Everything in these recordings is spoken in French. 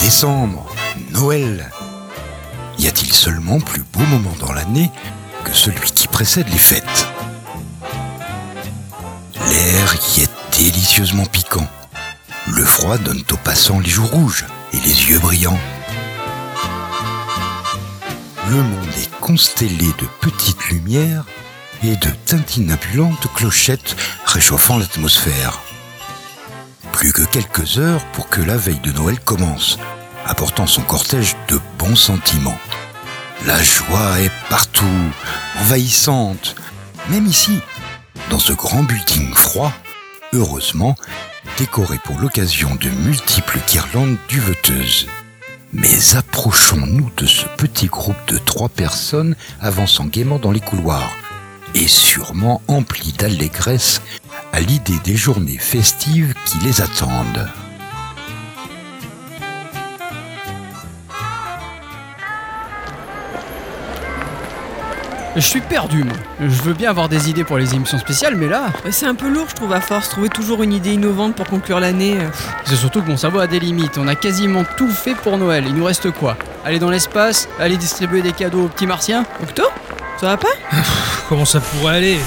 décembre, Noël. Y a-t-il seulement plus beau moment dans l'année que celui qui précède les fêtes L'air y est délicieusement piquant. Le froid donne aux passants les joues rouges et les yeux brillants. Le monde est constellé de petites lumières et de tintinabulantes clochettes réchauffant l'atmosphère. Plus que quelques heures pour que la veille de Noël commence, apportant son cortège de bons sentiments. La joie est partout, envahissante, même ici, dans ce grand building froid, heureusement, décoré pour l'occasion de multiples guirlandes duveteuses. Mais approchons-nous de ce petit groupe de trois personnes avançant gaiement dans les couloirs, et sûrement emplis d'allégresse à l'idée des journées festives qui les attendent. Je suis perdu, moi. Je veux bien avoir des idées pour les émissions spéciales, mais là, Ouais, C'est un peu lourd, je trouve, à force. Trouver toujours une idée innovante pour conclure l'année. euh, pff. c'est surtout que mon cerveau a des limites. On a quasiment tout fait pour Noël. Il nous reste quoi Aller dans l'espace Aller distribuer des cadeaux aux petits martiens Octo Ça va pas Comment ça pourrait aller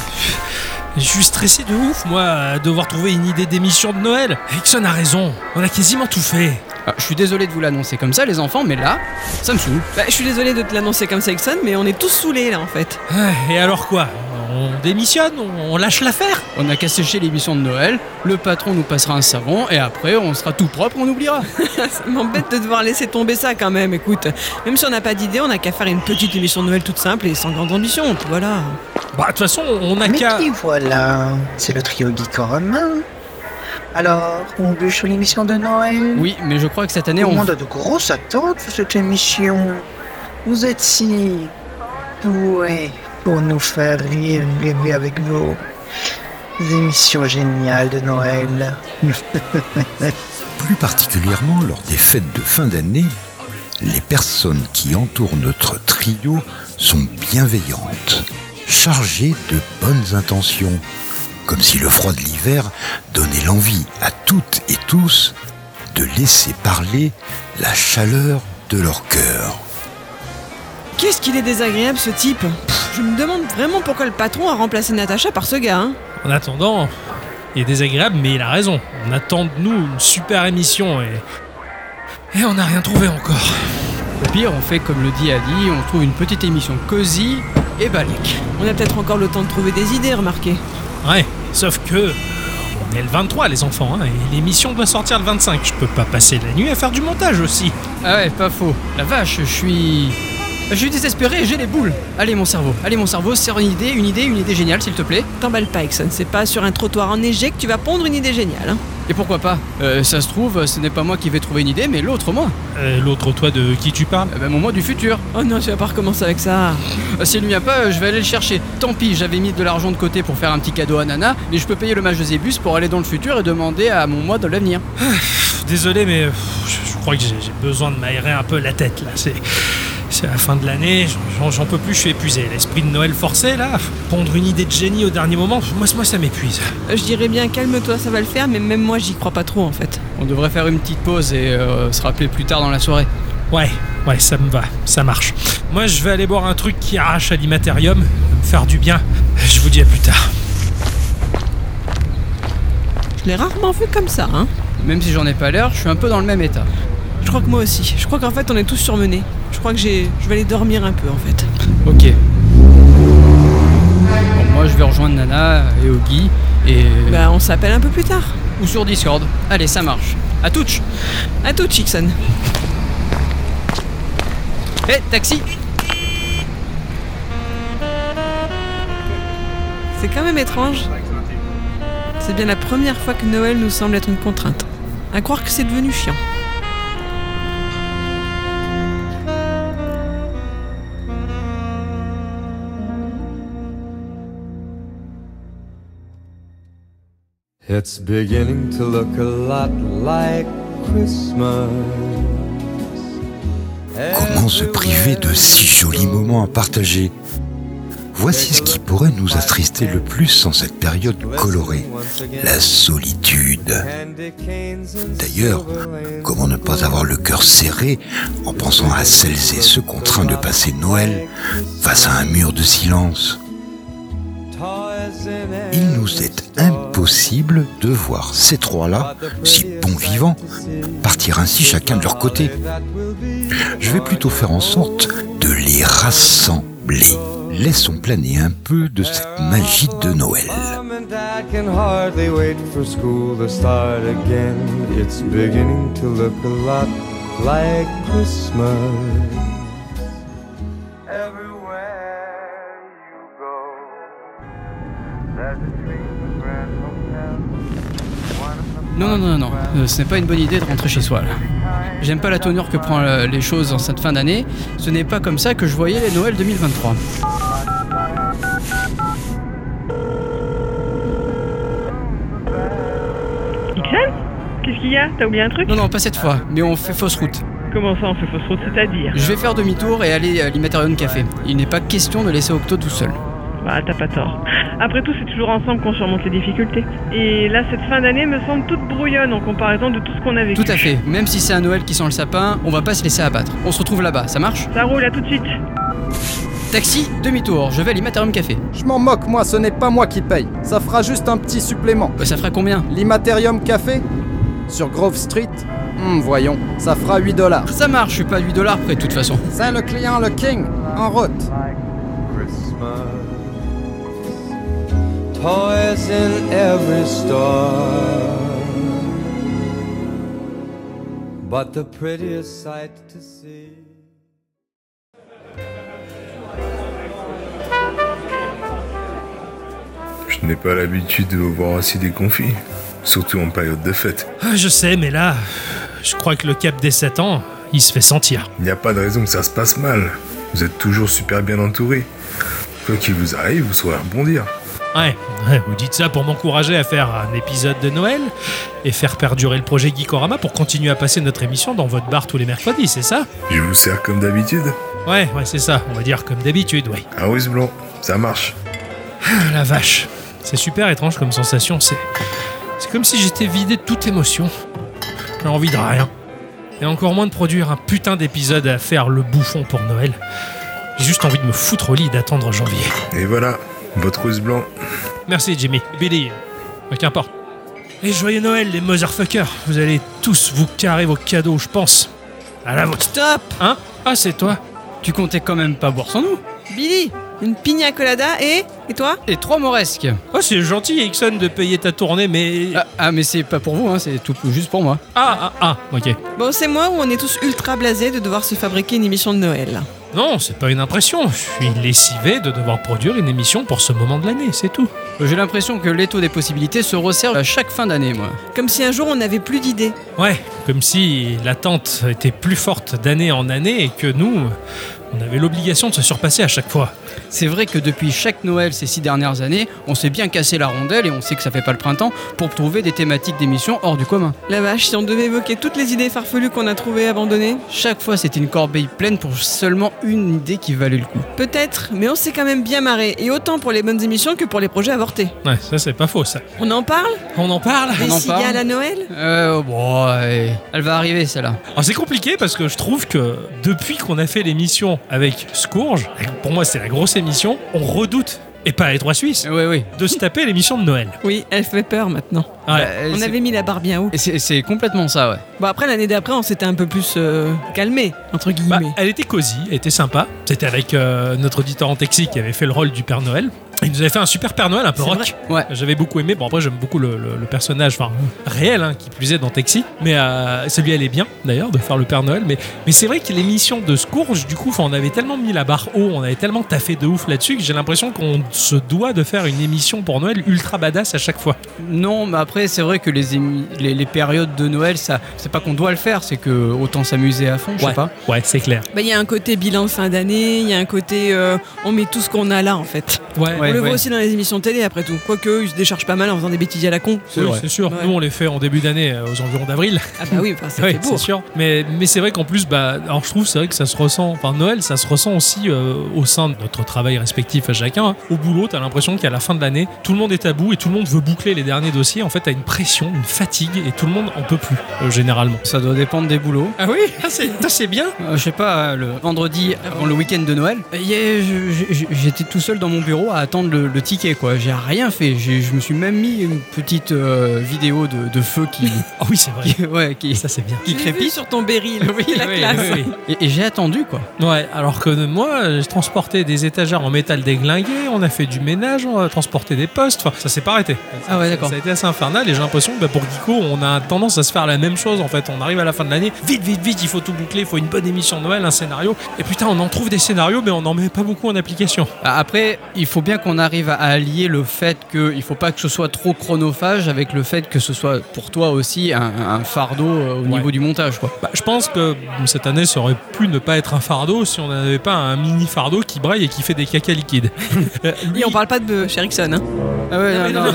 Je suis stressé de ouf, moi, à devoir trouver une idée d'émission de Noël. Hickson a raison, on a quasiment tout fait. Ah, Je suis désolé de vous l'annoncer comme ça, les enfants, mais là, ça me saoule. Bah, je suis désolée de te l'annoncer comme ça, Exxon, mais on est tous saoulés là en fait. Ah, Et alors quoi On démissionne On on lâche l'affaire On a qu'à sécher l'émission de Noël, le patron nous passera un savon, et après, on sera tout propre, on oubliera. ça m'embête de devoir laisser tomber ça quand même, écoute. Même si on n'a pas d'idée, on n'a qu'à faire une petite émission de Noël toute simple et sans grande ambition, puis voilà. Bah, de toute façon, on a Mais qu'à. qui voilà C'est le trio geek en romain. Alors, on bûche sur l'émission de Noël Oui, mais je crois que cette année, Tout le on... monde a de grosses attentes pour cette émission. Vous êtes si doués pour nous faire rire et rêver avec vos émissions géniales de Noël. Plus particulièrement lors des fêtes de fin d'année, les personnes qui entourent notre trio sont bienveillantes, chargées de bonnes intentions, comme si le froid de l'hiver donnait l'envie à toutes et tous de laisser parler la chaleur de leur cœur. Qu'est-ce qu'il est désagréable ce type Pff, Je me demande vraiment pourquoi le patron a remplacé Natacha par ce gars, hein. En attendant, il est désagréable, mais il a raison. On attend de nous une super émission et. Et on n'a rien trouvé encore. Au pire, on fait comme le dit Ali, on trouve une petite émission cosy et balèque. On a peut-être encore le temps de trouver des idées, remarquez. Ouais, sauf que. euh, On est le 23, les enfants, hein, et l'émission doit sortir le 25. Je peux pas passer la nuit à faire du montage aussi. Ah ouais, pas faux. La vache, je suis... Je suis désespéré, j'ai les boules. Allez mon cerveau, allez mon cerveau, sers une idée, une idée, une idée géniale s'il te plaît. T'emballes pas, Exxon, c'est pas sur un trottoir enneigé que tu vas pondre une idée géniale, hein. Et pourquoi pas Euh, Ça se trouve, ce n'est pas moi qui vais trouver une idée, mais l'autre moi. Euh, L'autre toi de qui tu parles Eh ben, mon moi du futur. Oh non, tu vas pas recommencer avec ça. Euh, S'il n'y a pas, euh, je vais aller le chercher. Tant pis, j'avais mis de l'argent de côté pour faire un petit cadeau à Nana, mais je peux payer le match de Zébus pour aller dans le futur et demander à mon moi de l'avenir. Pff, Désolé, mais euh, je, je crois que j'ai j'ai besoin de m'aérer un peu la tête là. C'est. C'est la fin de l'année, j'en- j'en- j'en peux plus, je suis épuisé. L'esprit de Noël forcé, là, pondre une idée de génie au dernier moment, moi, moi ça m'épuise. Je dirais bien calme-toi, ça va le faire, mais même moi j'y crois pas trop en fait. On devrait faire une petite pause et euh, se rappeler plus tard dans la soirée. Ouais, ouais, ça me va, ça marche. Moi, je vais aller boire un truc qui arrache à l'immatérium, me faire du bien. Je vous dis à plus tard. Je l'ai rarement vu comme ça, hein. Même si j'en ai pas l'air, je suis un peu dans le même état. Je crois que moi aussi. Je crois qu'en fait on est tous surmenés. Je crois que j'ai. Je vais aller dormir un peu en fait. Ok. Bon, moi je vais rejoindre Nana et Ogi et... Bah on s'appelle un peu plus tard. Ou sur Discord. Allez, ça marche. À touch À tout, Chickson. Hé, Eh, taxi C'est quand même étrange. C'est bien la première fois que Noël nous semble être une contrainte. À croire que c'est devenu chiant. It's beginning to look a lot like Christmas. Comment se priver de si jolis moments à partager Voici ce qui pourrait nous attrister le plus en cette période colorée, la solitude. D'ailleurs, comment ne pas avoir le cœur serré en pensant à celles et ceux contraints de passer Noël face à un mur de silence Il nous est impossible de voir ces trois-là, Ah, si bons vivants, partir ainsi chacun de leur côté. Je vais plutôt faire en sorte de les rassembler. Laissons planer un peu de cette magie de Noël. Mom and Dad can hardly wait for school to start again. It's beginning to look a lot like Christmas. Everywhere you go, there's a dream grand hotel. One of the Non, non, non, non, euh, ce n'est pas une bonne idée de rentrer chez soi. là. J'aime pas la tournure que prend euh, les choses en cette fin d'année. Ce n'est pas comme ça que je voyais les Noël 2023. Ixon Qu'est-ce qu'il y a T'as oublié un truc Non, non, pas cette fois, mais on fait fausse route. Comment ça on fait fausse route C'est-à-dire Je vais faire demi-tour et aller à l'Imaterium Café. Il n'est pas question de laisser Octo tout seul. Bah t'as pas tort. Après tout, c'est toujours ensemble qu'on surmonte les difficultés. Et là, cette fin d'année me semble toute brouillonne en comparaison de tout ce qu'on a vécu. Tout à fait, même si c'est un Noël qui sent le sapin, on va pas se laisser abattre. On se retrouve là-bas, ça marche Ça roule, à tout de suite. Taxi, demi-tour, je vais à l'Imaterium Café. Je m'en moque, moi, ce n'est pas moi qui paye. Ça fera juste un petit supplément. Bah, ça fera combien L'Imaterium Café Sur Grove Street Hum, Voyons, ça fera 8 dollars. Ça marche, je suis pas à 8 dollars près de toute façon. C'est le client, le King, en route. Christmas. Toys in every store. But the prettiest sight to see. Je n'ai pas l'habitude de vous voir assis déconfit, surtout en période de fête. Ah, Je sais, mais là, je crois que le cap des 7 ans, il se fait sentir. Il n'y a pas de raison que ça se passe mal. Vous êtes toujours super bien entouré. Quoi qu'il vous arrive, vous saurez rebondir. Ouais, ouais, vous dites ça pour m'encourager à faire un épisode de Noël et faire perdurer le projet Geekorama pour continuer à passer notre émission dans votre bar tous les mercredis, c'est ça Je vous sers comme d'habitude. Ouais, ouais, c'est ça, on va dire comme d'habitude, ouais. Un russe blanc, ça marche. Ah, la vache, c'est super étrange comme sensation, c'est. C'est comme si j'étais vidé de toute émotion. J'ai envie de rien. Et encore moins de produire un putain d'épisode à faire le bouffon pour Noël. J'ai juste envie de me foutre au lit et d'attendre janvier. Et voilà, votre russe blanc. Merci Jimmy. Billy. euh, Qu'importe. Et joyeux Noël les motherfuckers. Vous allez tous vous carrer vos cadeaux, je pense. À la vôtre. Stop Hein Ah, c'est toi Tu comptais quand même pas boire sans nous Billy Une pina colada et. Et toi Et trois moresques Oh, c'est gentil, Ixon, de payer ta tournée, mais... ah, ah, mais c'est pas pour vous, hein, c'est tout juste pour moi. Ah, ah, ah, ok. Bon, c'est moi où on est tous ultra blasés de devoir se fabriquer une émission de Noël. Non, c'est pas une impression. Je suis lessivé de devoir produire une émission pour ce moment de l'année, c'est tout. J'ai l'impression que l'étau des possibilités se resserre à chaque fin d'année, moi. Comme si un jour on n'avait plus d'idées. Ouais, comme si l'attente était plus forte d'année en année et que nous, on avait l'obligation de se surpasser à chaque fois. C'est vrai que depuis chaque Noël ces six dernières années, on s'est bien cassé la rondelle et on sait que ça fait pas le printemps pour trouver des thématiques d'émissions hors du commun. La vache, si on devait évoquer toutes les idées farfelues qu'on a trouvées abandonnées Chaque fois, c'était une corbeille pleine pour seulement une idée qui valait le coup. Peut-être, mais on s'est quand même bien marré, et autant pour les bonnes émissions que pour les projets avortés. Ouais, ça c'est pas faux, ça. On en parle On en parle Des On en parle. cigales à Noël Euh, bon, ouais. elle va arriver celle-là. Alors, Ah, c'est compliqué parce que je trouve que depuis qu'on a fait l'émission avec Scourge, pour moi c'est la grosse émission, on redoute, et pas les trois Suisses, Oui, oui. de se taper l'émission de Noël. Oui, elle fait peur maintenant. Ouais. on avait mis la barre bien haut. Euh, C'est c'est complètement ça, ouais. Bon, après, l'année d'après, on s'était un peu plus euh, calmé, entre Bah, guillemets. elle était cosy, elle était sympa. C'était avec euh, notre auditeur en Texi qui avait fait le rôle du Père Noël. Il nous avait fait un super Père Noël un peu C'est rock. vrai. J'avais beaucoup aimé. Bon, après, j'aime beaucoup le, le- le personnage enfin, réel hein, qui plus est dans Texi. Mais euh, ça lui allait bien d'ailleurs de faire le Père Noël. Mais, mais c'est vrai que l'émission de Scourge, du coup, enfin, on avait tellement mis la barre haut, on avait tellement taffé de ouf là-dessus que j'ai l'impression qu'on se doit de faire une émission pour Noël ultra badass à chaque fois. Non, mais après, c'est vrai que les, émi- les, les périodes de Noël, ça, c'est pas qu'on doit le faire, c'est que autant s'amuser à fond, je sais pas. Ouais, c'est clair. Bah, il y a un côté bilan de fin d'année, il y a un côté euh, on met tout ce qu'on a là en fait. Ouais, Ouais. le voit ouais. aussi dans les émissions de télé après tout. Quoique, ils se déchargent pas mal en faisant des bêtises à la con. Oui, c'est sûr. Ouais. Nous, on les fait en début d'année, euh, aux environs d'avril. Ah bah oui, enfin, ça Oui, fait beau. c'est sûr. Mais, mais c'est vrai qu'en plus, bah, alors je trouve, c'est vrai que ça se ressent. Enfin, Noël, ça se ressent aussi euh, au sein de notre travail respectif à chacun. hein. Au boulot, t'as l'impression qu'à la fin de l'année, tout le monde est à bout et tout le monde veut boucler les derniers dossiers. En fait, t'as une pression, une fatigue et tout le monde en peut plus, euh, généralement. Ça doit dépendre des boulots. Ah oui, c'est bien. Euh, je sais pas, le vendredi avant le week-end de Noël, euh, yeah, je- je- je- j'étais tout seul dans mon bureau à attendre le, le ticket quoi. J'ai rien fait. J'ai- Je me suis même mis une petite euh, vidéo de, de feu qui, Ah oui, c'est vrai. qui- ouais, qui, Ça, c'est bien. qui Je l'ai vu crépite. sur ton berry. là. Oui, la oui, classe. oui, oui. Et, et j'ai attendu quoi. Ouais, alors que euh, moi, euh, j'ai transporté des étagères en métal déglingué, on a fait du ménage, on a transporté des postes, enfin, ça s'est pas arrêté. Ah ouais, Ça- d'accord. Ça a été assez infernal et j'ai l'impression que bah, pour Geeko, on a tendance à se faire la même chose en fait. On arrive à la fin de l'année, vite, vite, vite, il faut tout boucler, il faut une bonne émission de Noël, un scénario. Et putain, on en trouve des scénarios, mais on n'en met pas beaucoup en application. Ah, Après, il faut bien qu'on arrive à allier le fait qu'il faut pas que ce soit trop chronophage avec le fait que ce soit pour toi aussi un, un fardeau euh, au Ouais. niveau du montage quoi. Bah, je pense que mm, cette année, ça aurait pu ne pas être un fardeau si on n'avait pas un mini fardeau qui braille et qui fait des caca liquides. Euh, lui- Et on parle pas de Sherrickson. Hein. Ah ouais, non, non,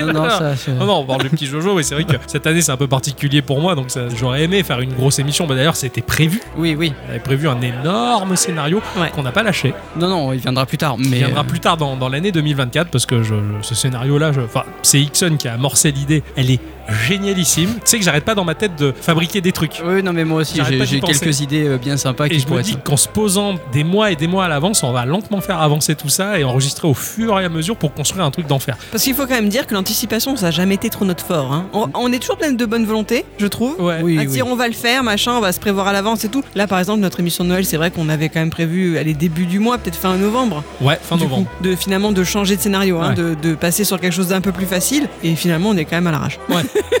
non, non, ça, c'est- Non, non, on parle du petit Jojo, mais c'est vrai que cette année c'est un peu particulier pour moi, donc ça- j'aurais aimé faire une grosse émission. Bah, D'ailleurs, c'était prévu. Oui, oui. On avait prévu un énorme scénario Ouais. qu'on n'a pas lâché. Non, non, il viendra plus tard. Mais euh, Il viendra plus tard dans, dans l'année 2024 parce que je- je- ce scénario-là, je- enfin, c'est Hickson qui a amorcé l'idée. Elle est génialissime. Tu sais que j'arrête pas dans ma tête de fabriquer des trucs. euh, Oui, non, mais moi aussi, J'arrête pas j'ai d'y j'ai penser. quelques idées euh, bien sympas Et qui je me pourraient dis être. qu'en se posant des mois et des mois à l'avance, on va lentement faire avancer tout ça et enregistrer au fur et à mesure pour construire un truc d'enfer. Parce qu'il faut quand même dire que l'anticipation, ça n'a jamais été trop notre fort. hein. On, on est toujours plein de bonne volonté, je trouve. Ouais. Oui, à oui. dire on va le faire, machin, on va se prévoir à l'avance et tout. Là, par exemple, notre émission de Noël, c'est vrai qu'on avait quand même prévu, allez, début du mois, peut-être fin novembre. Ouais, fin du novembre. coup, de finalement de changer de scénario, hein, Ouais. de, de passer sur quelque chose d'un peu plus facile. Et finalement, on est quand même à l'arrache.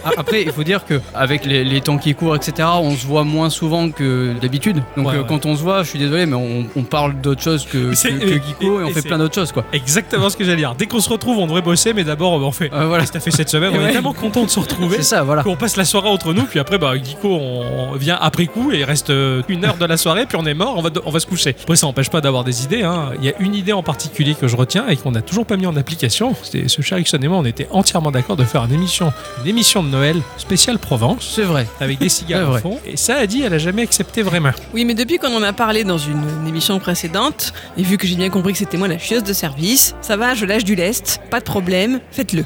Ah, Après, il faut dire que avec les, les temps qui courent, etc., on se voit moins souvent que d'habitude. Donc, Ouais, euh, ouais. quand on se voit, je suis désolé, mais on, on parle d'autre chose que, C'est- que, que et- Geeko et, et- on et fait c'est- plein d'autres choses, quoi. Exactement ce que j'allais dire. Dès qu'on se retrouve, on devrait bosser, mais d'abord, on fait. Euh, voilà, Qu'est-ce que t'as fait cette semaine On Ouais. est tellement content de se retrouver. c'est ça, voilà. qu'on passe la soirée entre nous, puis après, bah, Guico, on on vient après coup et il reste euh, une heure de la soirée, puis on est mort, on va, on va se coucher. Après, ça n'empêche pas d'avoir des idées. hein. Il y a une idée en particulier que je retiens et qu'on n'a toujours pas mis en application. C'était ce cher Ixon et moi, on était entièrement d'accord de faire une émission, une émission de Noël spéciale Provence C'est vrai. avec des C'est cigares au vrai. fond. Et ça a dit, elle a jamais accepté vraiment. Oui, mais depuis qu'on en a parlé dans une, une émission précédente, et vu que j'ai bien compris que c'était moi la chieuse de service, ça va, je lâche du lest, pas de problème, faites-le.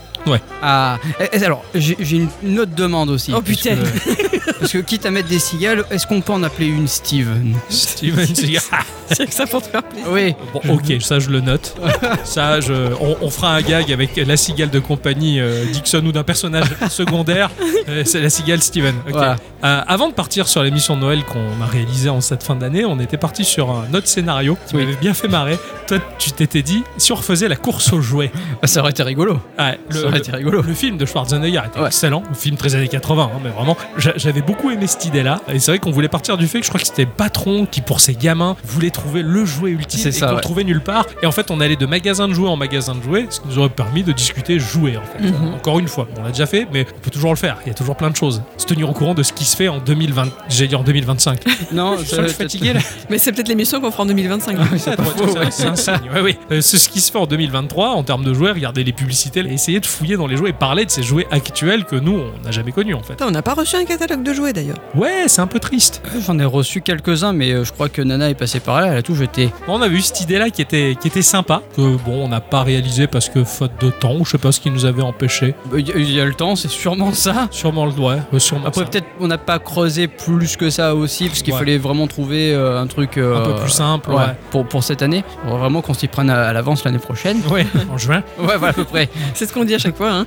Ah, et- et alors, j'ai j'ai une, une autre demande aussi. Oh, parce putain. que- Parce que, quitte à mettre des cigales, est-ce qu'on peut en appeler une Steven Steven Seagal. C'est que ça pour te faire plaisir. Oui. Bon, oh, ok, ça je le note. Ça, je, on, on fera un gag avec la cigale de compagnie euh, Dixon ou d'un personnage secondaire. Euh, c'est la cigale Steven. ok. Voilà. Euh, avant de partir sur l'émission de Noël qu'on a réalisée en cette fin d'année, on était parti sur un autre scénario qui Oui. m'avait bien fait marrer. Toi, tu t'étais dit, si on refaisait la course aux jouets, Ah, Ça aurait été rigolo. Ouais, Ça aurait été rigolo. le film de Schwarzenegger était Ouais. excellent, un film très années 80, hein, mais vraiment, j'a- j'avais beaucoup aimé cette idée-là. Et c'est vrai qu'on voulait partir du fait que je crois que c'était Patron qui, pour ses gamins, voulait trouver le jouet ultime C'est et ça, qu'on ouais. trouvait nulle part. Et en fait, on allait de magasin de jouets en magasin de jouets, ce qui nous aurait permis de discuter jouets. En fait. Mhm. Encore une fois, on l'a déjà fait, mais on peut toujours le faire. Il y a toujours plein de choses. Se tenir au courant de ce qui se fait en 2020, j'ai dit en 2025. Non, Je sens que je suis fatigué là. Mais c'est peut-être l'émission qu'on fera en 2025. Ça doit être- c'est un- c'est un signe, ouais, ouais. Euh, c'est ce qui se fait en 2023 en termes de jouets. Regardez les publicités, essayez de fouiller dans les jouets et parler de ces jouets actuels que nous on n'a jamais connus en fait. Putain, on n'a pas reçu un catalogue de jouets d'ailleurs. Ouais, c'est un peu triste. J'en ai reçu quelques-uns, mais euh, je crois que Nana est passée par là, elle a tout jeté. On avait eu cette idée là qui était, qui était sympa, que bon, on n'a pas réalisé parce que faute de temps, ou je sais pas ce qui nous avait empêché. Bah, Il y, a- il y a le temps, c'est sûrement ça. Sûrement le doigt, euh, sûrement. Après, ça. peut-être on n'a pas creusé plus que ça aussi, parce qu'il Ouais. fallait vraiment trouver euh, un truc euh, un peu plus simple, ouais, ouais. Pour, pour cette année. Il faudra vraiment qu'on s'y prenne à, à l'avance l'année prochaine. Ouais, en juin. Ouais, voilà, à peu près. C'est ce qu'on dit à chaque fois. Hein.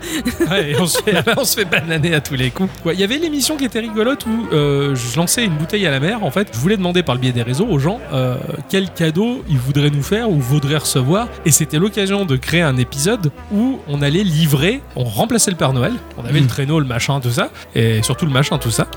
Ouais, et on se fait, on se fait bananer à tous les coups. Ouais, Il y avait l'émission qui était rigolote où euh, je lançais une bouteille à la mer. En fait, je voulais demander par le biais des réseaux aux gens euh, quel cadeau ils voudraient nous faire ou voudraient recevoir. Et c'était l'occasion de créer un épisode où on allait livrer, on remplaçait le Père Noël. On avait Mhm. le traîneau, le machin, tout ça. Et surtout le machin, tout ça.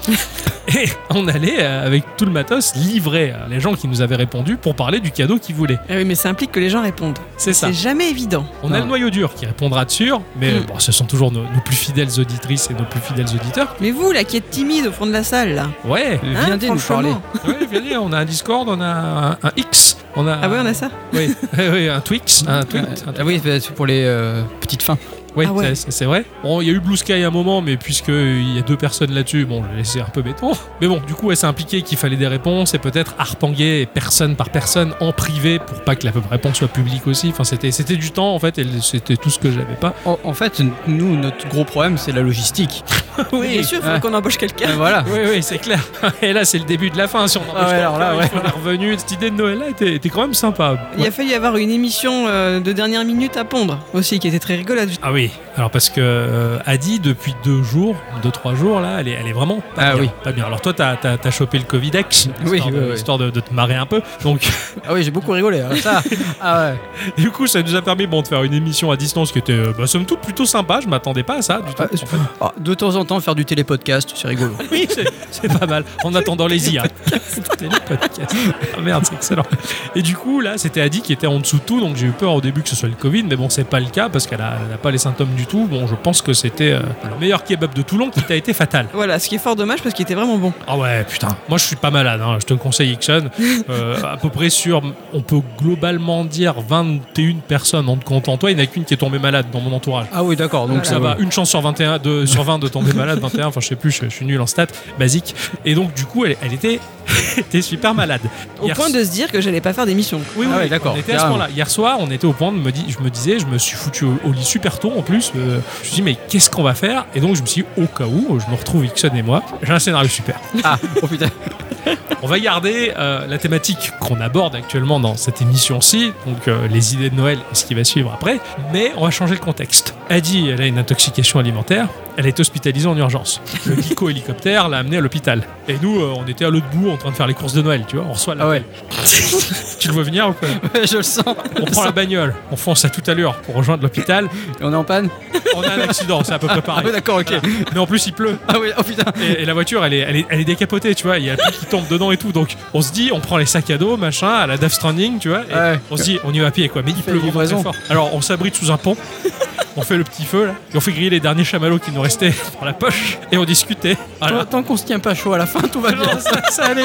et on allait, euh, avec tout le matos, livrer euh, les gens qui nous avaient répondu pour parler du cadeau qu'ils voulaient. Ah oui, mais ça implique que les gens répondent. C'est ça. C'est jamais évident. On a Non. le noyau dur qui répondra dessus, mais Mm. bon, ce sont toujours nos, nos plus fidèles auditrices et nos plus fidèles auditeurs. Mais vous, là, qui êtes timide au fond de la salle, là, Ouais, hein, Viendez nous franchement. parler. ouais, viens dire, on a un Discord, on a un, un X, On a, Ah ouais, on a ça oui, oui, oui, un Twix. Un tweet. un Ah oui, c'est pour les euh, petites fins. Oui, Ah ouais. c'est c'est vrai. Bon, il y a eu Blue Sky à un moment, mais puisqu'il y a deux personnes là-dessus, bon, je l'ai laissé un peu béton. Mais bon, du coup, elle s'est impliquée qu'il fallait des réponses et peut-être harpanguer personne par personne en privé pour pas que la réponse soit publique aussi. Enfin, c'était c'était du temps en fait, et c'était tout ce que j'avais pas. En, en fait, nous, notre gros problème, c'est la logistique. Oui. Bien sûr, il faut Ah. qu'on embauche quelqu'un. Euh, voilà. Ah Oui, oui, c'est clair. Et là, c'est le début de la fin. Si on en Ah ouais, alors là, ouais. on est revenu. Cette idée de Noël-là était, était quand même sympa. Il a failli y avoir une émission euh, de dernière minute à pondre aussi, qui était très rigolote. Ah oui, alors parce que euh, Adi, depuis deux jours, deux, trois jours, là, elle est, elle est vraiment pas, Ah bien, oui. pas bien. Alors toi, t'as as, chopé le Covidex, Oui, histoire, de, oui, oui. histoire de- de te marrer un peu. Donc, Ah oui, j'ai beaucoup rigolé. hein, ça. Ah ouais. du coup, ça nous a permis bon, de faire une émission à distance qui était, euh, bah, somme toute, plutôt sympa. Je m'attendais pas à ça du tout. Ah, c'est- Ah, de temps en temps, faire du télépodcast, c'est rigolo. Oui, c'est- c'est pas mal. En attendant les IA. C'était les podcasts. Ah merde, c'est excellent. Et du coup, là, c'était Adi qui était en dessous de tout, donc j'ai eu peur au début que ce soit le Covid, mais bon, c'est pas le cas parce qu'elle a- elle n'a pas les symptômes du tout. Bon, je pense que c'était euh, le meilleur kebab de Toulon qui t'a été fatal. Voilà, ce qui est fort dommage parce qu'il était vraiment bon. Ah ouais, putain. Moi, je suis pas malade. hein. Je te le conseille, Ixon. Euh, à peu près sur, on peut globalement dire 21 personnes en te comptant. Toi, il n'y en a qu'une qui est tombée malade dans mon entourage. Ah oui, d'accord. Donc Donc ça va, une chance sur, 21, de, sur 20 de tomber malade, 21, enfin je sais plus, je, je suis nul en stats, basique. Et donc du coup, elle, elle était, elle était super malade. Au Hier point de se dire que j'allais pas faire d'émission. oui, Ah oui, ouais, oui, d'accord, On était à ce carrément. point-là. Hier soir, on était au point de me dire, je me disais, je me suis foutu au, au lit super tôt en plus. Euh, je me suis dit, mais qu'est-ce qu'on va faire Et donc, je me suis dit, au cas où, je me retrouve Ixon et moi, j'ai un scénario super. Ah, oh putain. On va garder euh, la thématique qu'on aborde actuellement dans cette émission-ci, donc euh, les idées de Noël et ce qui va suivre après, mais on va changer le contexte. Adi, elle a une intoxication alimentaire, elle est hospitalisée en urgence. Le hélicoptère l'a amenée à l'hôpital. Et nous, euh, on était à l'autre bout en train de faire les courses de Noël, tu vois, on reçoit la... Ah ouais. Tu le vois venir ou quoi Je le sens. On prend la bagnole, on fonce à toute allure pour rejoindre l'hôpital, On est en panne on a un accident, c'est à peu près Ah oui, pareil. d'accord, ok. Mais en plus, il pleut. Ah oui, oh putain. Et, et la voiture, elle est, elle, est, elle est décapotée, tu vois. Il y a tout qui tombe dedans et tout. Donc, on se dit, on prend les sacs à dos, machin, à la Death Stranding, tu vois. Et Ouais. On se dit, on y va à pied, quoi. Mais il fait pleut des vraiment très livraisons. fort. Alors, on s'abrite sous un pont. On fait le petit feu, là. Et on fait griller les derniers chamallows qui nous restaient dans la poche. Et on discutait. Voilà. Tant, tant qu'on se tient pas chaud à la fin, tout va bien. Non, ça, ça allait.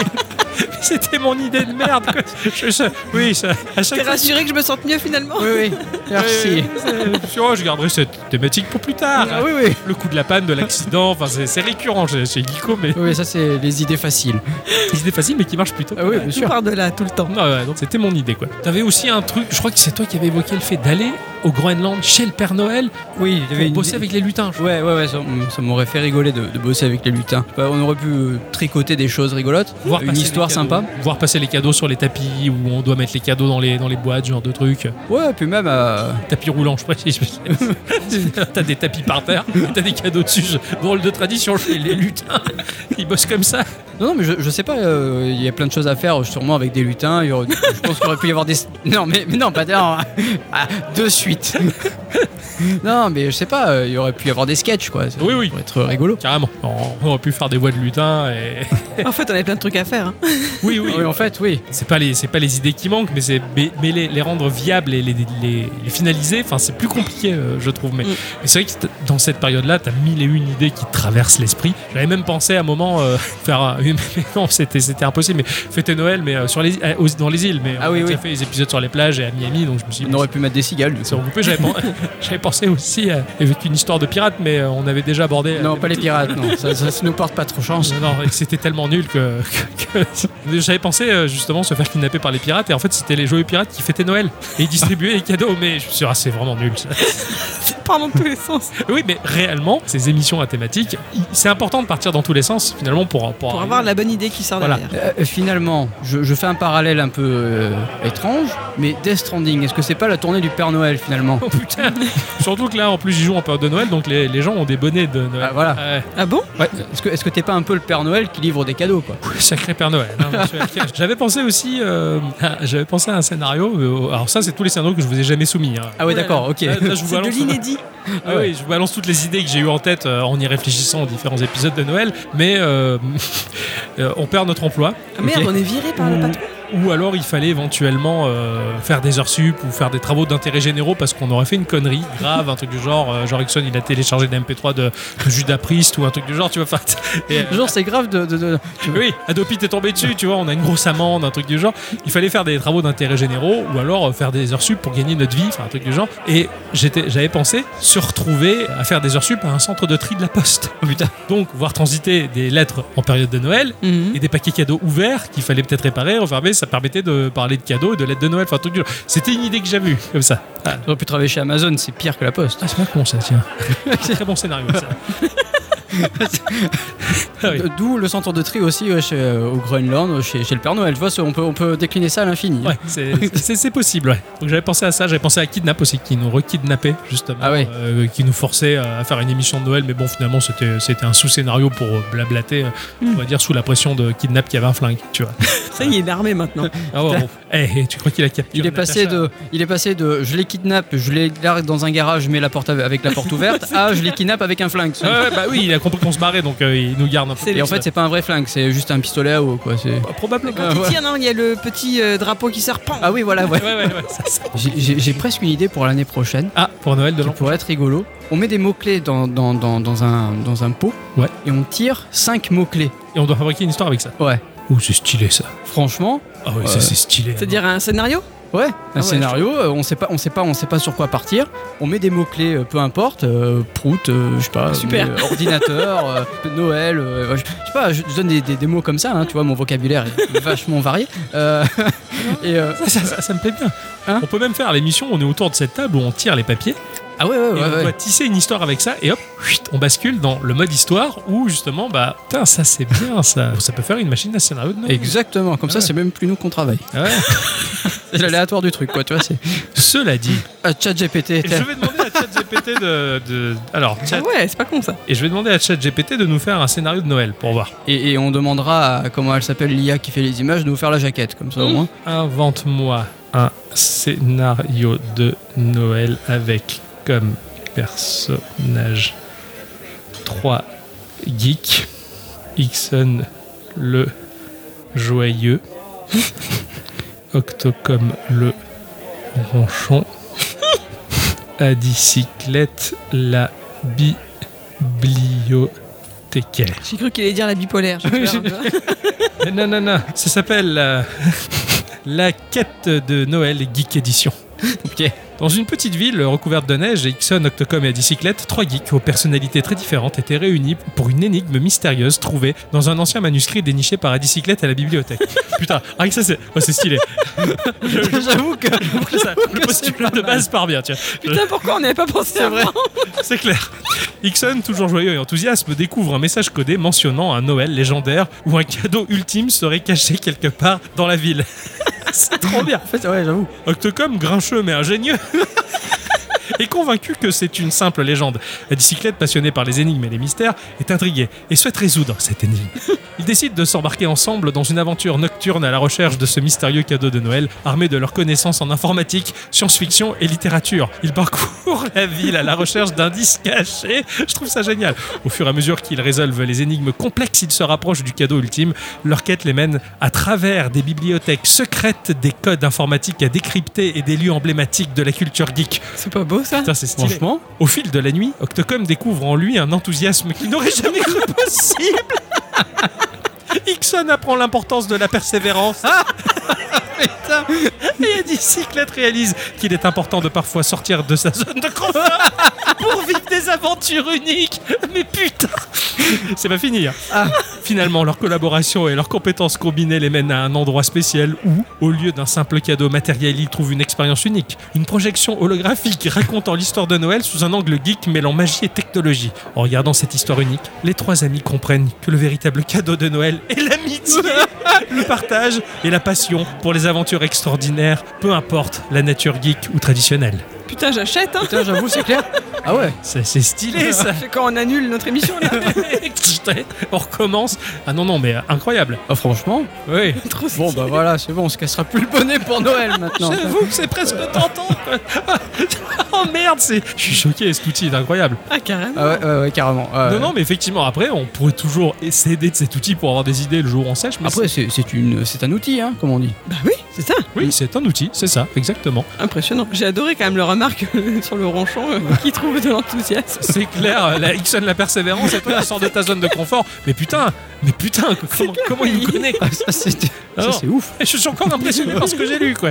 C'était mon idée de merde. Quoi. Je- je- oui, ça, à chaque T'es fois- rassuré que je me sente mieux finalement Oui, oui. Merci. C'est- tu vois, euh, oh, je garderai cette thématique pour plus tard. Ah oui, oui. Le coup de la panne, de l'accident, enfin, c'est c'est récurrent chez, chez Geeko, mais Oui, ça, c'est les idées faciles. des idées faciles, mais qui marchent plutôt. Ah oui, bien Tu sûr. pars de là tout le temps. Non, Ah ouais, donc c'était mon idée quoi. T'avais aussi un truc, je crois que c'est toi qui avais évoqué le fait d'aller au Groenland chez le Père Noël Oui, il y pour avait une. bosser avec les lutins. je crois. Ouais, ouais, ouais, ça, ça m'aurait fait rigoler de, de bosser avec les lutins. Bah, on aurait pu euh, tricoter des choses rigolotes, une passer les histoire cadeaux. sympa. Voir passer les cadeaux sur les tapis où on doit mettre les cadeaux dans les, dans les boîtes, ce genre de trucs. Ouais, puis même euh, Tapis roulant, je précise. t'as des tapis par terre, t'as des cadeaux dessus. Je- Drôle de tradition chez les lutins. Ils bossent comme ça. Non, non, mais je, je sais pas, euh, il y a plein de choses à faire, sûrement avec des lutins. il y aurait- je pense qu'il aurait pu y avoir des. Non, mais, mais non, pas non. Ah, de suite. non, mais je sais pas, euh, il y aurait pu y avoir des sketchs, quoi. Ça Oui, oui. pourrait être rigolo. Carrément. On aurait pu faire des voix de lutins. Et... En fait, on avait plein de trucs à faire. hein. Oui, bah, Oui, en fait, oui. c'est pas les c'est pas les idées qui manquent mais c'est mais, mais les, les rendre viables et les, les, les- les finaliser enfin c'est plus compliqué euh, je trouve mais, Mm. mais c'est vrai que t- dans cette période là t'as mille et une idées qui te traversent l'esprit j'avais même pensé à un moment euh, faire un- mais non c'était c'était impossible mais fêter Noël mais euh, sur les euh, aux- dans les îles mais Ah on oui, a déjà oui. fait les épisodes sur les plages et à Miami donc je me suis dit, On aurait pu mettre des cigales, du coup. c'est regroupé j'avais pen- j'avais pensé aussi à- avec une histoire de pirate mais euh, on avait déjà abordé Non, pas les pirates, non. Ça, ça, ça nous porte pas trop chance. non, non, et c'était tellement nul que, que- que- j'avais pensé euh, justement se faire kidnapper par les pirates et en fait c'était les joyeux pirates qui fêtaient Noël et ils distribuaient les cadeaux mais je me suis dit, ah, c'est vraiment nul ça. C'est pas dans tous les sens. Oui mais réellement ces émissions à thématique il- c'est important de partir dans tous les sens finalement pour, pour, Pour arriver. avoir la bonne idée qui sort Voilà. derrière. Euh, finalement, je, je fais un parallèle un peu euh, étrange, mais Death Stranding, est-ce que c'est pas la tournée du Père Noël finalement Oh putain Surtout que là en plus ils jouent en période de Noël donc les, les gens ont des bonnets de Noël. Ah, voilà. Ouais. Ah bon Est-ce que est-ce que t'es pas un peu le Père Noël qui livre des cadeaux, quoi Sacré Père Noël. hein, monsieur Alcache. J'avais pensé aussi, euh, à- j'avais pensé à un scénario. euh, alors ça, c'est tous les scénarios que je vous ai jamais soumis. hein. Ah, ouais, d'accord, ok. Là, là, je vous C'est de balance- l'inédit. Ah oui, je vous balance toutes les idées que j'ai eues en tête euh, en y réfléchissant aux différents épisodes de Noël, mais euh, euh, on perd notre emploi. Ah merde, Ok. Mmh. on est viré par le patron. Ou alors il fallait éventuellement euh, faire des heures sup ou faire des travaux d'intérêt généraux parce qu'on aurait fait une connerie grave, un truc du genre. euh, genre Ixon, il a téléchargé des MP3 de, de Judas Priest ou un truc du genre, tu vois. enfin, et, euh, Genre, c'est grave de. de- de- oui, Adopi t'es tombé dessus, tu vois, on a une grosse amende, un truc du genre. Il fallait faire des travaux d'intérêt généraux ou alors euh, faire des heures sup pour gagner notre vie, enfin un truc du genre. Et j'étais, j'avais pensé se retrouver à faire des heures sup à un centre de tri de la poste. Oh, putain. Donc, voir transiter des lettres en période de Noël Mhm. et des paquets cadeaux ouverts qu'il fallait peut-être réparer, refermer, ça permettait de parler de cadeaux et de lettres de Noël, enfin un truc du genre. C'était une idée que j'avais eue, comme ça. Ah, J'aurais pu travailler chez Amazon, c'est pire que la poste. ah, c'est pas con ça, tiens. C'est très bon scénario ça. Ah oui. D'où le centre de tri aussi ouais, chez, euh, au Groenland, chez, chez le Père Noël. Tu vois, c'est- on peut, on peut décliner ça à l'infini. Ouais, c'est- c'est c'est possible, ouais. Donc j'avais pensé à ça, j'avais pensé à Kidnap aussi, qui nous re-kidnappait, justement. Ah ouais. euh, qui nous forçait euh, à faire une émission de Noël, mais bon, finalement, c'était c'était un sous-scénario pour euh, blablater, euh, Hmm. on va dire, sous la pression de Kidnap qui avait un flingue, tu vois. Ça, il est armé maintenant. Ah ouais, bon. Eh, eh, tu crois qu'il a capturé Il est, passé Natacha de, il est passé de je les kidnappe, je les largue dans un garage, mais la porte av- avec la porte ouverte, à je les kidnappe avec un flingue. Ouais, ouais, bah oui, il a compris qu'on se barrait, donc euh, il nous garde un peu. euh. C'est Et en fait, c'est pas un vrai flingue, c'est juste un pistolet à eau, quoi. c'est- Bah, probablement. Ah, Tu ouais. tiens, non, il y a le petit euh, drapeau qui serpent. Ah oui, voilà, ouais. Ouais, ouais, ouais, ça, ça. J'ai- J'ai j'ai presque une idée pour l'année prochaine. Ah, pour Noël de qui l'an. pourrait être rigolo. On met des mots-clés dans, dans, dans, dans un, dans un pot Ouais. et on tire 5 mots-clés. Et on doit fabriquer une histoire avec ça. Ouais. Ouh, c'est stylé ça. Franchement, Ah ouais, ça Ouais. c'est stylé. C'est-à-dire un scénario ouais, un Ah ouais, scénario, euh, on sait pas on sait pas on sait pas sur quoi partir. On met des mots-clés euh, peu importe, euh, prout, euh, je sais pas, Super. mais, euh, ordinateur, euh, Noël, euh, ouais, je je sais pas, je je donne des, des- des mots comme ça hein, tu vois, mon vocabulaire est vachement varié. Euh, et euh, Ah, Ça, ça, ça, ça me plaît bien. Hein on peut même faire l'émission, on est autour de cette table où on tire les papiers. ah ouais ouais Et ouais. on ouais. doit tisser une histoire avec ça et hop, chuit, on bascule dans le mode histoire où justement, bah, putain, ça c'est bien, ça, ça peut faire une machine à scénario de Noël. Exactement, comme ça Ouais. c'est même plus nous qu'on travaille. Ouais. C'est l'aléatoire du truc quoi, tu vois, c'est Cela dit, Ah, ChatGPT. et je vais demander à ChatGPT de, de- alors Ah Chat- ouais, c'est pas con ça. et je vais demander à ChatGPT de nous faire un scénario de Noël pour voir. Et, et on demandera à comment elle s'appelle l'IA qui fait les images de vous faire la jaquette, comme ça au Mmh. moins. Invente-moi un scénario de Noël avec comme personnage 3 geeks, Ixon le joyeux, Octocom le ronchon, Adicyclette la bibliothécaire. J'ai cru qu'il allait dire la bipolaire. j'ai peur, tu vois. Non, non, non, ça s'appelle euh, La quête de Noël Geek Edition. Ok. Dans une petite ville recouverte de neige, Ixon, Octocom et Adicyclette, trois geeks aux personnalités très différentes étaient réunis pour une énigme mystérieuse trouvée dans un ancien manuscrit déniché par Adicyclette à la bibliothèque. Putain, rien que ça c'est oh, c'est stylé. J'avoue que. Ça, le postulat de base part bien, tiens. Putain, pourquoi on n'y avait pas pensé C'est vrai. C'est clair. Ixon, toujours joyeux et enthousiaste, découvre un message codé mentionnant un Noël légendaire où un cadeau ultime serait caché quelque part dans la ville. C'est trop bien. En fait, ouais, j'avoue. Octocom, grincheux mais ingénieux, est convaincu que c'est une simple légende. La bicyclette, passionnée par les énigmes et les mystères, est intriguée et souhaite résoudre cette énigme. Ils décident de s'embarquer ensemble dans une aventure nocturne à la recherche de ce mystérieux cadeau de Noël, armés de leurs connaissances en informatique, science-fiction et littérature. Ils parcourent la ville à la recherche d'indices cachés. Je trouve ça génial. Au fur et à mesure qu'ils résolvent les énigmes complexes, ils se rapprochent du cadeau ultime. Leur quête les mène à travers des bibliothèques secrètes, des codes informatiques à décrypter et des lieux emblématiques de la culture geek. C'est pas beau ça Putain, c'est stylé. Franchement, Au fil de la nuit, Octocom découvre en lui un enthousiasme qu'il n'aurait jamais cru possible. Ixon apprend l'importance de la persévérance. Putain. Et Adicyclette réalise qu'il est important de parfois sortir de sa zone de confort pour vivre des aventures uniques. Mais putain, c'est pas fini. hein. Finalement, leur collaboration et leurs compétences combinées les mènent à un endroit spécial où, au lieu d'un simple cadeau matériel, ils trouvent une expérience unique. Une projection holographique racontant l'histoire de Noël sous un angle geek mêlant magie et technologie. En regardant cette histoire unique, les trois amis comprennent que le véritable cadeau de Noël est l'amitié, le partage et la passion pour les aventures extraordinaires, peu importe la nature geek ou traditionnelle. Putain, j'achète hein. putain, j'avoue, c'est clair. Ah ouais. Ça, C'est stylé ça C'est quand on annule notre émission là. On recommence. Ah non, non, mais euh, incroyable. Ah, franchement. Oui. Trop stylé. Bon, bah voilà, c'est bon, on se cassera plus le bonnet pour Noël maintenant. J'avoue que c'est presque tentant. quoi. Oh merde, c'est... je suis choqué, cet outil est incroyable. Ah, carrément. Ah ouais, ouais, ouais, carrément. Ah ouais. Non, non, mais effectivement, après, on pourrait toujours s'aider de cet outil pour avoir des idées le jour où on sèche. Mais Après, c'est c'est une- c'est un outil, hein, comme on dit. Bah oui, c'est ça. c'est- oui, c'est un outil, c'est ça, exactement. Ah, Impressionnant. J'ai adoré quand même leur remarque sur le ronchon euh, qui trouve de l'enthousiasme. C'est clair, euh, la Ixon, la persévérance, et toi, tu sors de ta zone de confort. Mais putain, mais putain, comment, comment il me connaît quoi. Ah, ça, c'est Ah non. ça, c'est ouf. Je suis encore impressionné par ce que j'ai lu, quoi.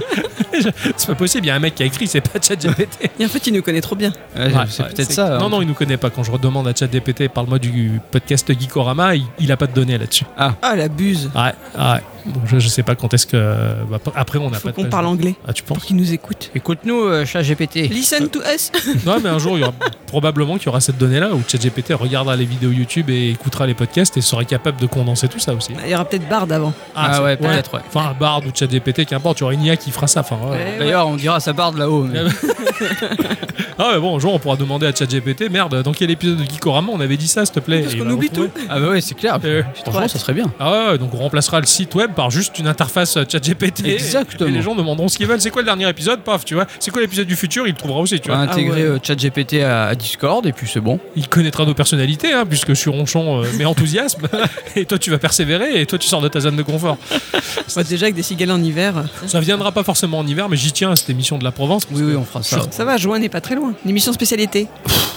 Je- C'est pas possible, il y a un mec qui a écrit, c'est pas ChatGPT. Et en fait, il nous connaît trop bien. Ouais, Ouais, c'est ouais, peut-être ça. Non, hein. non, il nous connaît pas. Quand je redemande à ChatGPT, parle-moi du podcast Geekorama, il, il a pas de données là-dessus. Ah, la buse. Ouais, ouais. Bon, je, je sais pas quand est-ce que. bah, après, on a Faut pas de qu'on page. parle anglais Ah, tu pour penses qu'il nous écoute. Écoute-nous, euh, chat GPT. Listen to us. Non, mais un jour, il y aura probablement qu'il y aura cette donnée-là où ChatGPT regardera les vidéos YouTube et écoutera les podcasts et sera capable de condenser tout ça aussi. Il y aura peut-être Bard avant. Ah c'est- ouais, peut-être, ouais. Enfin, un Bard ou ChatGPT, qu'importe, il y aura une IA qui fera ça. Enfin, ouais. Ouais, ouais. D'ailleurs, on dira ça barde là-haut. mais- Ah ouais, bon, un jour, on pourra demander à ChatGPT, merde, dans quel épisode de Geekorama on avait dit ça, s'il te plaît Parce Et il qu'on va oublie retrouver. Ah bah ouais, c'est clair. Euh, Franchement, ça serait bien. Ah ouais, donc on remplacera le site web par juste une interface euh, ChatGPT. Exactement. Et les gens demanderont ce qu'ils veulent. C'est quoi le dernier épisode Paf, tu vois. C'est quoi l'épisode du futur Il le trouvera aussi, tu Tu vas vois. intégrer Ah ouais. euh, ChatGPT à, à Discord et puis c'est bon. Il connaîtra nos personnalités, hein, puisque je suis ronchon, euh, mais enthousiasme. et toi, tu vas persévérer et toi, tu sors de ta zone de confort. Bah, déjà avec des cigales en hiver. euh, Ça viendra pas forcément en hiver, mais j'y tiens à cette émission de la Provence. parce Oui, oui, que- on fera ça. Ça va, juin n'est pas très loin. L'émission spécialité.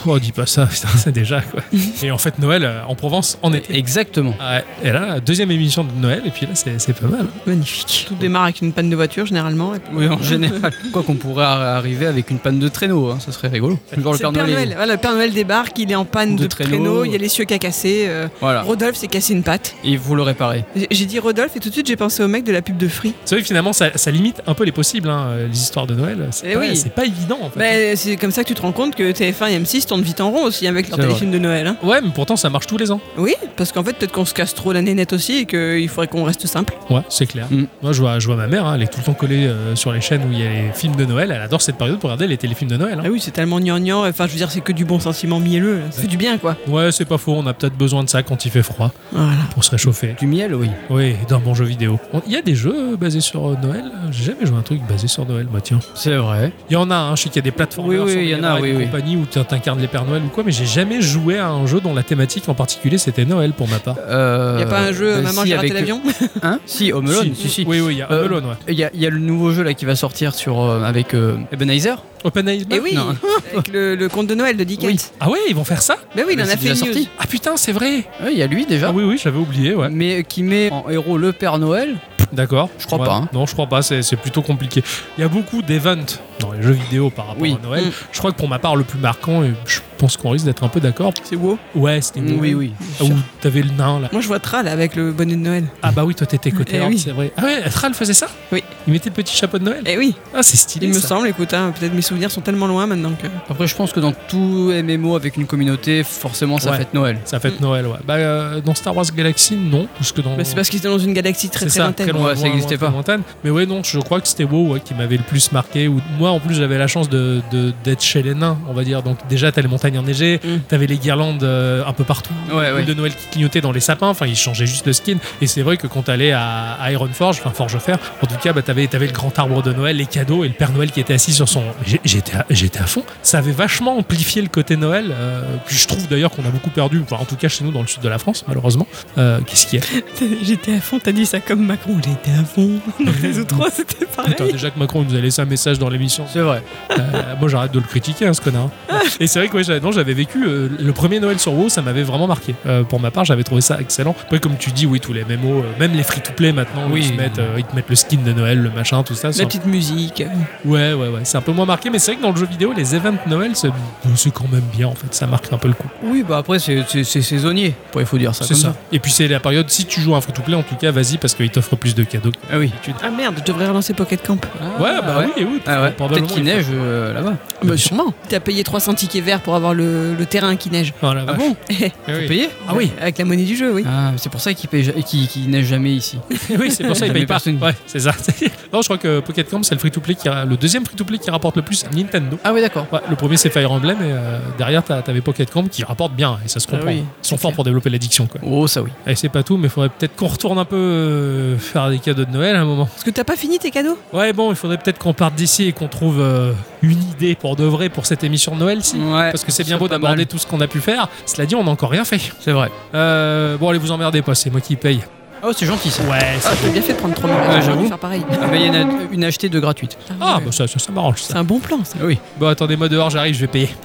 Oh, dis pas ça, putain, c'est déjà quoi. et en fait, Noël euh, en Provence en été. Exactement. Ah ouais, Et là, deuxième émission de Noël, et puis là, c'est c'est pas mal. Magnifique. Tout démarre avec une panne de voiture généralement. et puis- Oui, en général. Quoi qu'on pourrait ar- arriver avec une panne de traîneau, hein, ça serait rigolo. Genre C'est le Père Noël. Voilà, le Père Noël débarque, il est en panne De de, traîneau. Ah. traîneau. il y a l'essieu qui a cassé. euh, Voilà. Rodolphe s'est cassé une patte. Et vous le réparez. J'ai- J'ai dit Rodolphe et tout de suite j'ai pensé au mec de la pub de Free. C'est vrai que finalement, ça, ça limite un peu les possibles, hein, euh, les histoires de Noël. C'est Eh pas, oui. c'est pas évident en fait. Bah, c'est comme ça que tu te rends compte que TF1 et M6 tournent vite en rond aussi avec leurs C'est vrai. téléfilms de Noël. hein. Ouais, mais pourtant ça marche tous les ans. Oui, parce qu'en fait peut-être qu'on se casse trop la nénette aussi et qu'il faudrait qu'on reste simple. Ouais, c'est clair. Mm. Moi, je vois, je vois ma mère, hein, elle est tout le temps collée euh, sur les chaînes où il y a les films de Noël. Elle adore cette période pour regarder les téléfilms de Noël. hein. Ah oui, c'est tellement gnangnan, enfin je veux dire c'est que du bon sentiment mielleux, là. ça fait du bien quoi. Ouais, c'est pas faux. On a peut-être besoin de ça quand il fait froid Voilà. pour se réchauffer. Du miel, oui. Oui, d'un bon jeu vidéo. On- Il y a des jeux basés sur euh, Noël. J'ai jamais joué à un truc basé sur Noël, moi tiens. C'est vrai. Il y en a, hein, je sais qu'il y a des plateformes Oui, oui, il y en a, oui, oui. compagnie où t'in- t'incarnes les Pères Noël ou quoi, mais j'ai jamais joué à un jeu dont la thématique en particulier c'était Noël pour ma part. Euh, Y a pas un jeu bah, Maman si, j'ai raté avec- l'avion Hein Si, Home Alone, si, si. Oui, oui, il y a Euh, Home Alone, ouais. Il y, a, il y a le nouveau jeu là qui va sortir sur euh, avec euh, Ebenezer. OpenAI. Eh oui, Non. avec le, le conte de Noël de Dickens. Ah ouais, ils vont faire ça Bah oui, il Mais en a c'est fait déjà une news. sorti. Ah putain, c'est vrai Ouais, Il y a lui déjà. Ah oui, oui, j'avais oublié, ouais. Mais qui met en héros le Père Noël. D'accord. Je crois pas, hein. Non, je crois pas, c'est c'est plutôt compliqué. Il y a beaucoup d'events dans les jeux vidéo par rapport Oui. à Noël. Mm. Je crois que pour ma part, le plus marquant, et je pense qu'on risque d'être un peu d'accord. C'est wow. Ouais, c'était Mm, Noël. Oui, oui. Ah, Où t'avais le nain là. Moi je vois Tral avec le bonnet de Noël. Ah bah oui, toi t'étais côté Eh Horde, oui. c'est vrai. Ah ouais, Tral faisait ça Oui. Il mettait le petit chapeau de Noël. Eh oui, Ah, c'est stylé. il me ça. semble, écoute, hein, peut-être mes souvenirs sont tellement loin maintenant que. Après, je pense que dans tout MMO avec une communauté, forcément, ça Ouais. fête Noël. Ça fête Noël, ouais. Bah, euh, dans Star Wars Galaxy, non. Parce que dans. Mm. Bah, c'est parce qu'ils étaient dans une galaxie très C'est très ça, lointaine. très loin, Ouais, ça loin, existait loin, pas. très lointaine. Mais ouais, non, je crois que c'était WoW ouais, qui m'avait le plus marqué. Où, moi, en plus, j'avais la chance de, de- d'être chez les nains, on va dire. Donc, déjà, t'as les montagnes enneigées, Mm. t'avais les guirlandes euh, un peu partout, Ouais, les boules ouais. de Noël qui clignotaient dans les sapins. Enfin, ils changeaient juste le skin. Et c'est vrai que quand t'allais à, à Ironforge, enfin, Forge Fer, en tout cas, bah, t'avais, t'avais le grand arbre de Noël, les cadeaux et le Père Noël qui était assis sur son. J'ai- J'étais à, j'étais à fond. Ça avait vachement amplifié le côté Noël, euh, que je trouve d'ailleurs qu'on a beaucoup perdu, enfin, en tout cas chez nous dans le sud de la France, malheureusement. Euh, qu'est-ce qu'il y a J'étais à fond, t'as dit ça comme Macron, j'étais à fond. Dans les outros, c'était Putain, pareil. déjà que Macron il nous a laissé un message dans l'émission. C'est vrai. Euh, moi, j'arrête de le critiquer, hein, ce connard. hein. Et c'est vrai que ouais, j'avais- non, j'avais vécu euh, le premier Noël sur WoW, ça m'avait vraiment marqué. Euh, pour ma part, j'avais trouvé ça excellent. Après, comme tu dis, oui, tous les MMO, euh, même les free-to-play maintenant, Oui. ils, te mettent, euh, ils te mettent le skin de Noël, le machin, tout ça. c'est La un- petite musique. Ouais, ouais, ouais, c'est un peu moins marqué, mais c'est vrai que dans le jeu vidéo, les events Noël, c'est c'est quand même bien en fait, ça marque un peu le coup. Oui, bah après, c'est c'est- c'est saisonnier. Après, il faut dire ça C'est comme ça. ça. Et puis, c'est la période, si tu joues à un free-to-play, en tout cas, vas-y parce qu'il t'offre plus de cadeaux. Ah oui. Ah merde, je devrais relancer Pocket Camp. Ouais, bah oui, et oui, Ah ouais. Peut-être probablement, qu'il il faut- neige euh, là-bas. Bah sûrement. T'as payé 300 tickets verts pour avoir le, le terrain qui neige. Oh, la vache. Ah bon Eh, Eh Faut oui. payer Ah oui, Avec la monnaie du jeu, oui. Ah, c'est pour ça qu'il paye ja- qu'il- qu'il neige jamais ici. Oui, c'est pour ça Jamais ils payent pas. personne. Ouais, c'est ça. non, je crois que Pocket Camp, c'est le free-to-play qui a- le deuxième free-to-play qui rapporte le plus à Nintendo. Ah oui, d'accord. Ouais, le premier c'est Fire Emblem et euh, derrière t'as- t'avais Pocket Camp qui rapporte bien et ça se Ah comprend. oui, Ils sont forts pour développer l'addiction quoi. Oh, ça oui. Et c'est pas tout, mais faudrait peut-être qu'on retourne un peu euh, faire des cadeaux de Noël à un moment. Parce que t'as pas fini tes cadeaux Ouais, bon, il faudrait peut-être qu'on parte d'ici et qu'on retrouve euh, une idée pour de vrai pour cette émission de Noël, si. Ouais, Parce que c'est bien c'est beau pas d'aborder mal. tout ce qu'on a pu faire. Cela dit, on n'a encore rien fait. C'est vrai. Euh, bon, allez vous emmerdez pas, c'est moi qui paye. Oh, c'est gentil ça. Ouais, ça- Ah, j'ai bien fait de prendre 3 Ouais, minutes. j'aurais j'avoue. dû faire pareil. Ah, bah, il y en a une achetée de gratuite. Ah, bah ça, ça, ça m'arrange C'est ça. un bon plan, ça. Ah oui. Bon, attendez-moi dehors, j'arrive, je vais payer.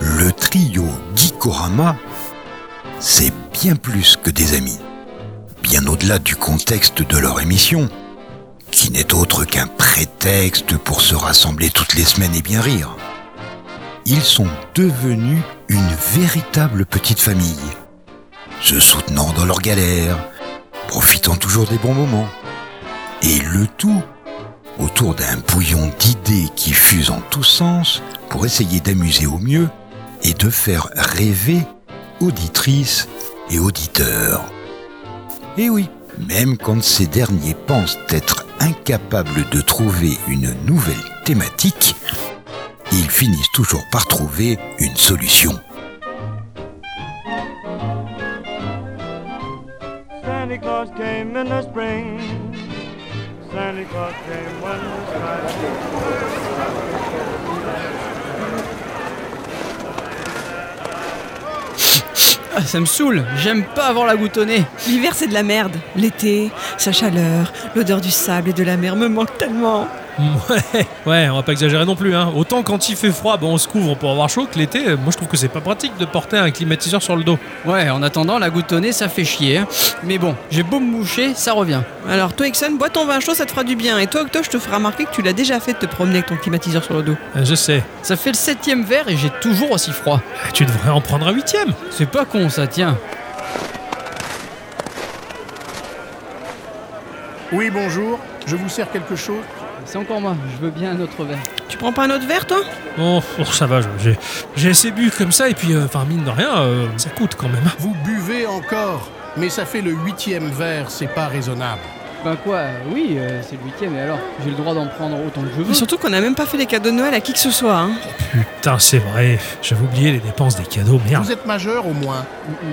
Le trio Gikorama, c'est bien plus que des amis. Bien au-delà du contexte de leur émission, qui n'est autre qu'un prétexte pour se rassembler toutes les semaines et bien rire. Ils sont devenus une véritable petite famille, se soutenant dans leurs galères, profitant toujours des bons moments. Et le tout autour d'un bouillon d'idées qui fusent en tous sens pour essayer d'amuser au mieux et de faire rêver auditrices et auditeurs. Et oui, même quand ces derniers pensent être incapables de trouver une nouvelle thématique, ils finissent toujours par trouver une solution. Santa Claus came in the spring. Santa Claus came when the sky. Ah, ça me saoule. J'aime pas avoir la goutte au nez. L'hiver, c'est de la merde. L'été, sa chaleur, l'odeur du sable et de la mer me manque tellement. Ouais, ouais, on va pas exagérer non plus. Hein. Autant quand il fait froid, bon, on se couvre pour avoir chaud que l'été. euh, Moi, je trouve que c'est pas pratique de porter un climatiseur sur le dos. Ouais, en attendant, la goutte au nez, ça fait chier. hein. Mais bon, j'ai beau me moucher, ça revient. Alors, toi, Ixon, bois ton vin chaud, ça te fera du bien. Et toi, Octo, je te ferai remarquer que tu l'as déjà fait de te promener avec ton climatiseur sur le dos. Euh, Je sais. Eh, Ça fait le septième verre et j'ai toujours aussi froid. Tu devrais en prendre un huitième. C'est pas con ça, tiens. Oui, bonjour. Je vous sers quelque chose C'est encore moi, je veux bien un autre verre. Tu prends pas un autre verre, toi Bon, oh, ça va, je- j'ai, j'ai assez bu comme ça. Et puis, euh, enfin, mine de rien, euh, ça coûte quand même. Vous buvez encore, mais ça fait le huitième verre, c'est pas raisonnable. Ben quoi, euh, oui, euh, c'est le huitième, et alors J'ai le droit d'en prendre autant que je veux. Mais surtout qu'on n'a même pas fait les cadeaux de Noël à qui que ce soit. Hein. Putain, c'est vrai. J'avais oublié les dépenses des cadeaux, merde. Vous êtes majeur au moins.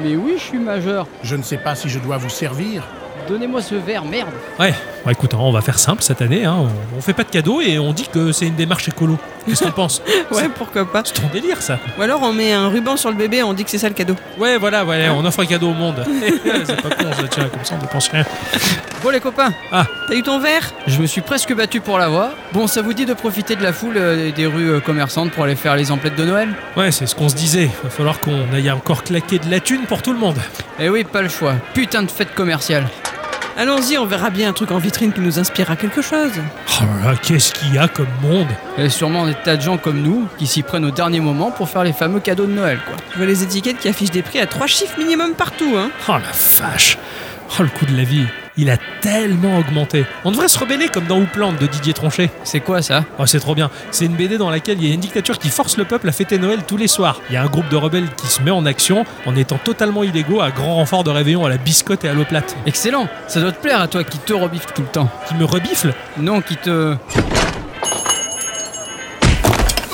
Mais oui, je suis majeur. Je ne sais pas si je dois vous servir. Donnez-moi ce verre, merde. Ouais, bon, écoute, hein, on va faire simple cette année. Hein. On, on fait pas de cadeaux et on dit que c'est une démarche écolo. Qu'est-ce qu'on pense Ouais, pourquoi pas. C'est ton délire, ça. Ou alors, on met un ruban sur le bébé et on dit que c'est ça le cadeau. Ouais, voilà, voilà, on offre un cadeau au monde. c'est pas con, ça, tiens, comme ça, on dépense rien. Bon les copains, T'as eu ton verre je me suis presque battu pour l'avoir. Bon, ça vous dit de profiter de la foule euh, des rues euh, commerçantes pour aller faire les emplettes de Noël Ouais, c'est ce qu'on se disait. Va falloir qu'on aille encore claquer de la thune pour tout le monde. Eh oui, pas le choix. Putain de fête commerciale. Allons-y, on verra bien un truc en vitrine qui nous inspirera quelque chose. Oh là là, qu'est-ce qu'il y a comme monde Et sûrement des tas de gens comme nous qui s'y prennent au dernier moment pour faire les fameux cadeaux de Noël, quoi. Je vois les étiquettes qui affichent des prix à trois chiffres minimum partout. Hein. Oh la vache Oh le coût de la vie il a tellement augmenté. On devrait se rebeller comme dans Hoopland de Didier Tronchet. C'est quoi ça Oh, c'est trop bien. C'est une BD dans laquelle il y a une dictature qui force le peuple à fêter Noël tous les soirs. Il y a un groupe de rebelles qui se met en action en étant totalement illégaux à grand renfort de réveillon à la biscotte et à l'eau plate. Excellent, ça doit te plaire à toi qui te rebiffe tout le temps. Qui me rebifle Non, qui te...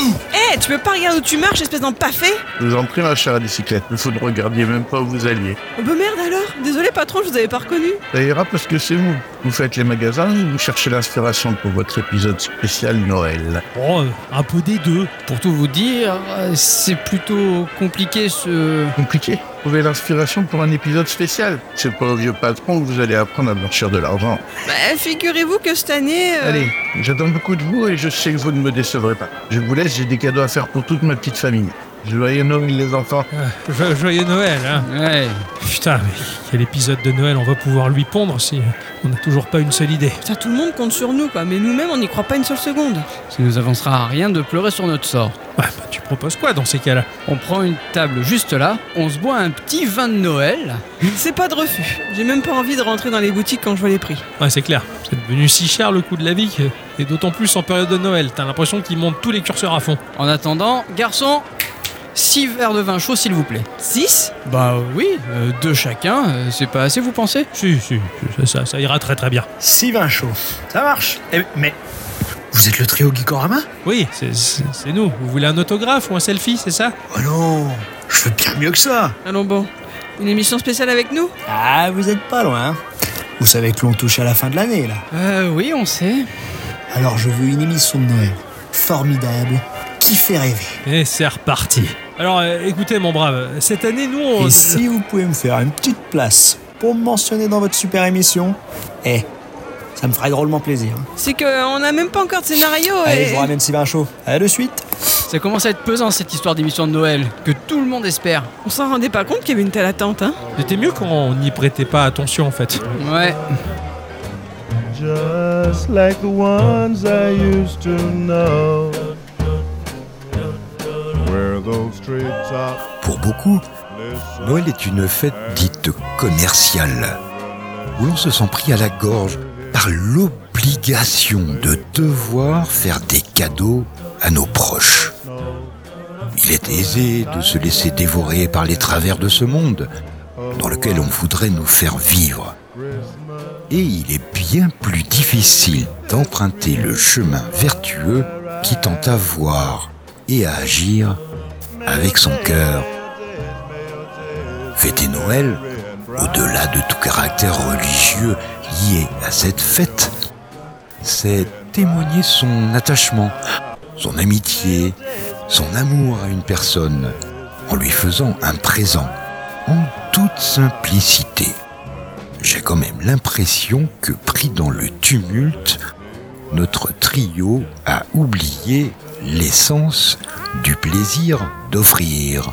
Eh, tu peux pas regarder où tu marches, espèce d'empaffé Je vous en prie, ma chère bicyclette. Vous ne regardiez même pas où vous alliez. Oh bah merde alors Désolé patron, je vous avais pas reconnu. Ça ira parce que c'est vous. Vous faites les magasins et vous cherchez l'inspiration pour votre épisode spécial Noël. Bon, euh, un peu des deux. Pour tout vous dire, euh, c'est plutôt compliqué ce... Compliqué. Trouvez l'inspiration pour un épisode spécial. Euh. C'est pas au vieux patron que vous allez apprendre à blanchir de l'argent. Bah, figurez-vous que cette année... euh, Allez, j'attends beaucoup de vous et je sais que vous ne me décevrez pas. Je vous laisse, j'ai des cadeaux à faire pour toute ma petite famille. Joyeux Noël les enfants. Euh, jo- joyeux Noël, hein Ouais, Putain, mais quel épisode de Noël on va pouvoir lui pondre si on n'a toujours pas une seule idée. Putain, tout le monde compte sur nous, quoi. Mais nous-mêmes, on n'y croit pas une seule seconde. ça nous avancera à rien de pleurer sur notre sort. Ouais, bah, tu proposes quoi dans ces cas-là On prend une table juste là, on se boit un petit vin de Noël. C'est pas de refus. J'ai même pas envie de rentrer dans les boutiques quand je vois les prix. Ouais, c'est clair. C'est devenu si cher le coût de la vie que- et d'autant plus en période de Noël. T'as l'impression qu'ils montent tous les curseurs à fond. En attendant, garçon, 6 verres de vin chaud s'il vous plaît. 6 Bah oui, euh, deux chacun, euh, c'est pas assez vous pensez Si, si, ça, ça- ça ira très très bien. Si vin chaud. Ça marche. Eh, mais. Vous êtes le trio Gikorama Oui, c'est- c'est c'est nous. Vous voulez un autographe ou un selfie, c'est ça Oh non Je veux bien mieux que ça Allons bon. Une émission spéciale avec nous Ah, vous êtes pas loin. Vous savez que l'on touche à la fin de l'année, là. Euh, oui, on sait. Alors je veux une émission de Noël. Formidable. Qui fait rêver. Et c'est reparti. Alors euh, écoutez mon brave, cette année nous on... Et si vous pouvez me faire une petite place pour me mentionner dans votre super émission, eh, ça me fera drôlement plaisir. C'est qu'on n'a même pas encore de scénario Allez, je et. vous ramène Sylvain Chaud. À de suite. Ça commence à être pesant cette histoire d'émission de Noël, que tout le monde espère. On s'en rendait pas compte qu'il y avait une telle attente, hein C'était mieux quand on n'y prêtait pas attention en fait. Ouais. Just like the ones I used to know. Where those treetops Pour beaucoup, Noël est une fête dite commerciale, où l'on se sent pris à la gorge par l'obligation de devoir faire des cadeaux à nos proches. Il est aisé de se laisser dévorer par les travers de ce monde, dans lequel on voudrait nous faire vivre. Et il est bien plus difficile d'emprunter le chemin vertueux qui tend à voir et à agir avec son cœur. Fêter Noël, au-delà de tout caractère religieux lié à cette fête, c'est témoigner son attachement, son amitié, son amour à une personne, en lui faisant un présent, en toute simplicité. J'ai quand même l'impression que pris dans le tumulte, notre trio a oublié l'essence du plaisir d'offrir.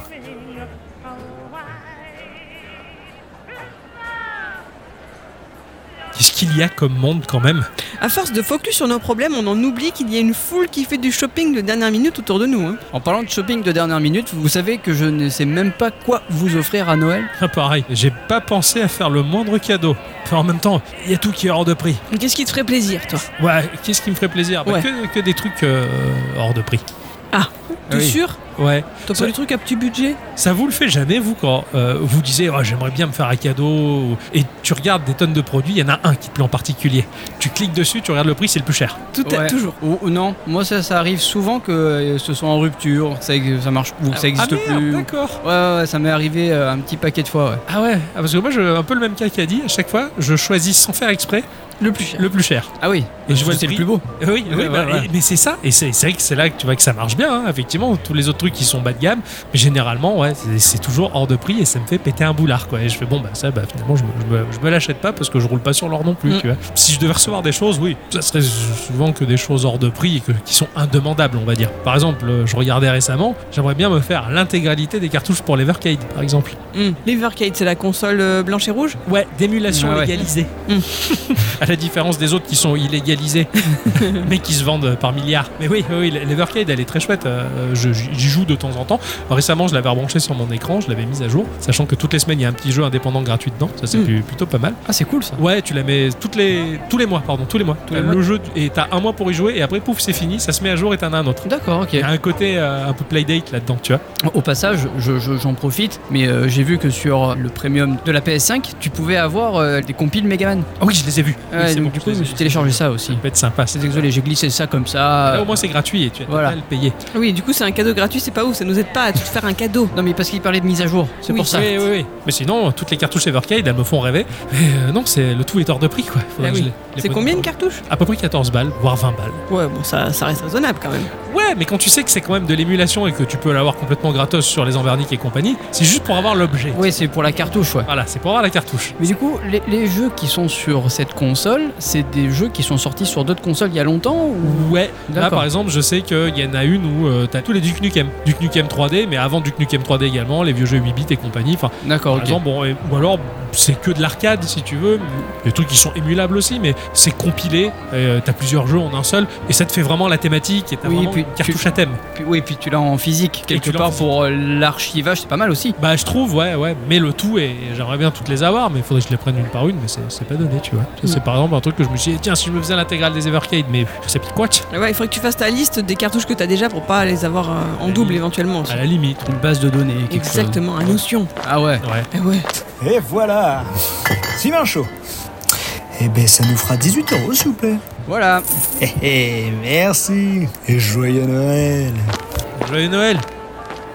Qu'est-ce qu'il y a comme monde quand même À force de focus sur nos problèmes, on en oublie qu'il y a une foule qui fait du shopping de dernière minute autour de nous. Hein. En parlant de shopping de dernière minute, vous savez que je ne sais même pas quoi vous offrir à Noël Ah, pareil, j'ai pas pensé à faire le moindre cadeau. Enfin, en même temps, il y a tout qui est hors de prix. Mais Qu'est-ce qui te ferait plaisir, toi Ouais, qu'est-ce qui me ferait plaisir Bah, Ouais. que, que des trucs euh, hors de prix. Ah, t'es Oui. sûr Ouais. T'as pas Ça- du truc à petit budget Ça vous le fait jamais, vous, quand euh, vous disiez Oh, j'aimerais bien me faire un cadeau ou- Et tu regardes des tonnes de produits, il y en a un qui te plaît en particulier. Tu cliques dessus, tu regardes le prix, c'est le plus cher. Tout à- Ouais. toujours. Ou, ou non, moi ça, ça arrive souvent que euh, ce soit en rupture, ça, ex- ça marche ou que ça existe ah, merde, plus. D'accord. Ouais, ouais, ouais, ça m'est arrivé euh, un petit paquet de fois, ouais. Ah ouais, ah, parce que moi, je, un peu le même cas qu'Adi, à chaque fois, je choisis sans faire exprès Le plus cher. le plus cher. Ah oui, Et je vois le c'est prix. le plus beau. Euh, Oui, oui, Ouais, bah, ouais, ouais. et- mais c'est ça, et c'est c'est vrai que c'est là que tu vois que ça marche bien, hein, effectivement. Tous les autres trucs qui sont bas de gamme, mais généralement, ouais, c'est- c'est toujours hors de prix et ça me fait péter un boulard, quoi. Et je fais, bon, bah ça, bah finalement, je me, je me- je me l'achète pas parce que je roule pas sur l'or non plus, Mm. tu vois. Si je devais recevoir des choses, oui, ça serait souvent que des choses hors de prix et que- qui sont indemandables, on va dire. Par exemple, euh, je regardais récemment, j'aimerais bien me faire l'intégralité des cartouches pour l'Evercade, par exemple. Mm. Hum. L'Evercade, c'est la console euh, blanche et rouge Ouais, d'émulation Ah ouais. légalisée. Mm. à la différence des autres qui sont illégalisés, mais qui se vendent par milliards. Mais oui, oui, oui, l'Evercade, elle est très chouette. euh, je- J'y joue de temps en temps. Récemment, je l'avais rebranché sur mon écran, je l'avais mise à jour, sachant que toutes les semaines, il y a un petit jeu indépendant gratuit dedans. Ça, c'est Mm. pu- plutôt pas mal. Ah, c'est cool ça. Ouais, tu la mets toutes les, tous les mois, pardon, tous les mois. Tous les Euh, mois. Le jeu, tu- et t'as un mois pour y jouer, et après, pouf, c'est fini, ça se met à jour et t'en as un autre. D'accord, ok. Il y a un côté euh, un peu playdate là-dedans, tu vois. Au passage, je- je- j'en profite, mais euh, j'ai vu que sur le premium de la PS5, tu pouvais avoir euh, des compiles Megaman. Ah oui, je les ai vus. Oui, Ouais, c'est donc bon, du je coup, les ai je me vus. suis téléchargé ça aussi. Ça peut être sympa. C'est désolé, j'ai glissé ça comme ça. Là, au moins, c'est gratuit et tu as Euh. Voilà. pas à le payer. Oui, du coup, c'est un cadeau gratuit, c'est pas ouf, ça nous aide pas à te faire un cadeau. Non, mais parce qu'il parlait de mise à jour, c'est Oui. pour ça. Oui, oui, oui. Mais sinon, toutes les cartouches Evercade, elles me font rêver. Mais euh, non, c'est le tout est hors de prix, quoi. Faudrait Eh Ah que oui. je les- les C'est prenne combien en une compte. cartouche À peu près 14 balles, voire 20 balles. Ouais, bon, ça, ça reste raisonnable quand même. Ouais, mais quand tu sais que c'est quand même de l'émulation et que tu peux l'avoir complètement gratos sur les Envernic et compagnie, c'est juste pour avoir l'objet. Oui, c'est pour la cartouche, ouais. Voilà, c'est pour avoir la cartouche. Mais du coup, les, les jeux qui sont sur cette console, c'est des jeux qui sont sortis sur d'autres consoles il y a longtemps ou... Ouais, là D'accord. par exemple, je sais qu'il y en a une où euh, t'as tous les Duke Nukem. Duke Nukem 3D, mais avant Duke Nukem 3D également, les vieux jeux 8 bits et compagnie. Enfin, D'accord, Par ok. exemple, bon, et- ou alors c'est que de l'arcade si tu veux, des trucs qui sont émulables aussi, mais c'est compilé, et, euh, t'as plusieurs jeux en un seul, et ça te fait vraiment la thématique, et t'as Oui, vraiment puis une cartouche à thème. Puis- oui, puis tu l'as en physique, quelque tu l'as en part pour euh, l'archivage, c'est pas mal aussi. Bah je trouve, ouais, ouais, mais le tout, et j'aimerais bien toutes les avoir, mais il faudrait que je les prenne une par une, mais c'est c'est pas donné, tu vois. Mm. Ça, C'est par exemple un truc que je me suis dit, tiens, si je me faisais l'intégrale des Evercade, mais pff, ça pique quoi tch Ah Ouais, il faudrait que tu fasses ta liste des cartouches que t'as déjà pour pas les avoir euh, en Oui. double éventuellement. aussi. À la limite. Une base de données, quelque chose. Exactement, un notion. Ah ouais. Ouais. Eh ouais. Et voilà Sylvain Chaud Eh ben, ça nous fera 18 euros, s'il vous plaît. Voilà. Eh, eh, merci Et joyeux Noël Joyeux Noël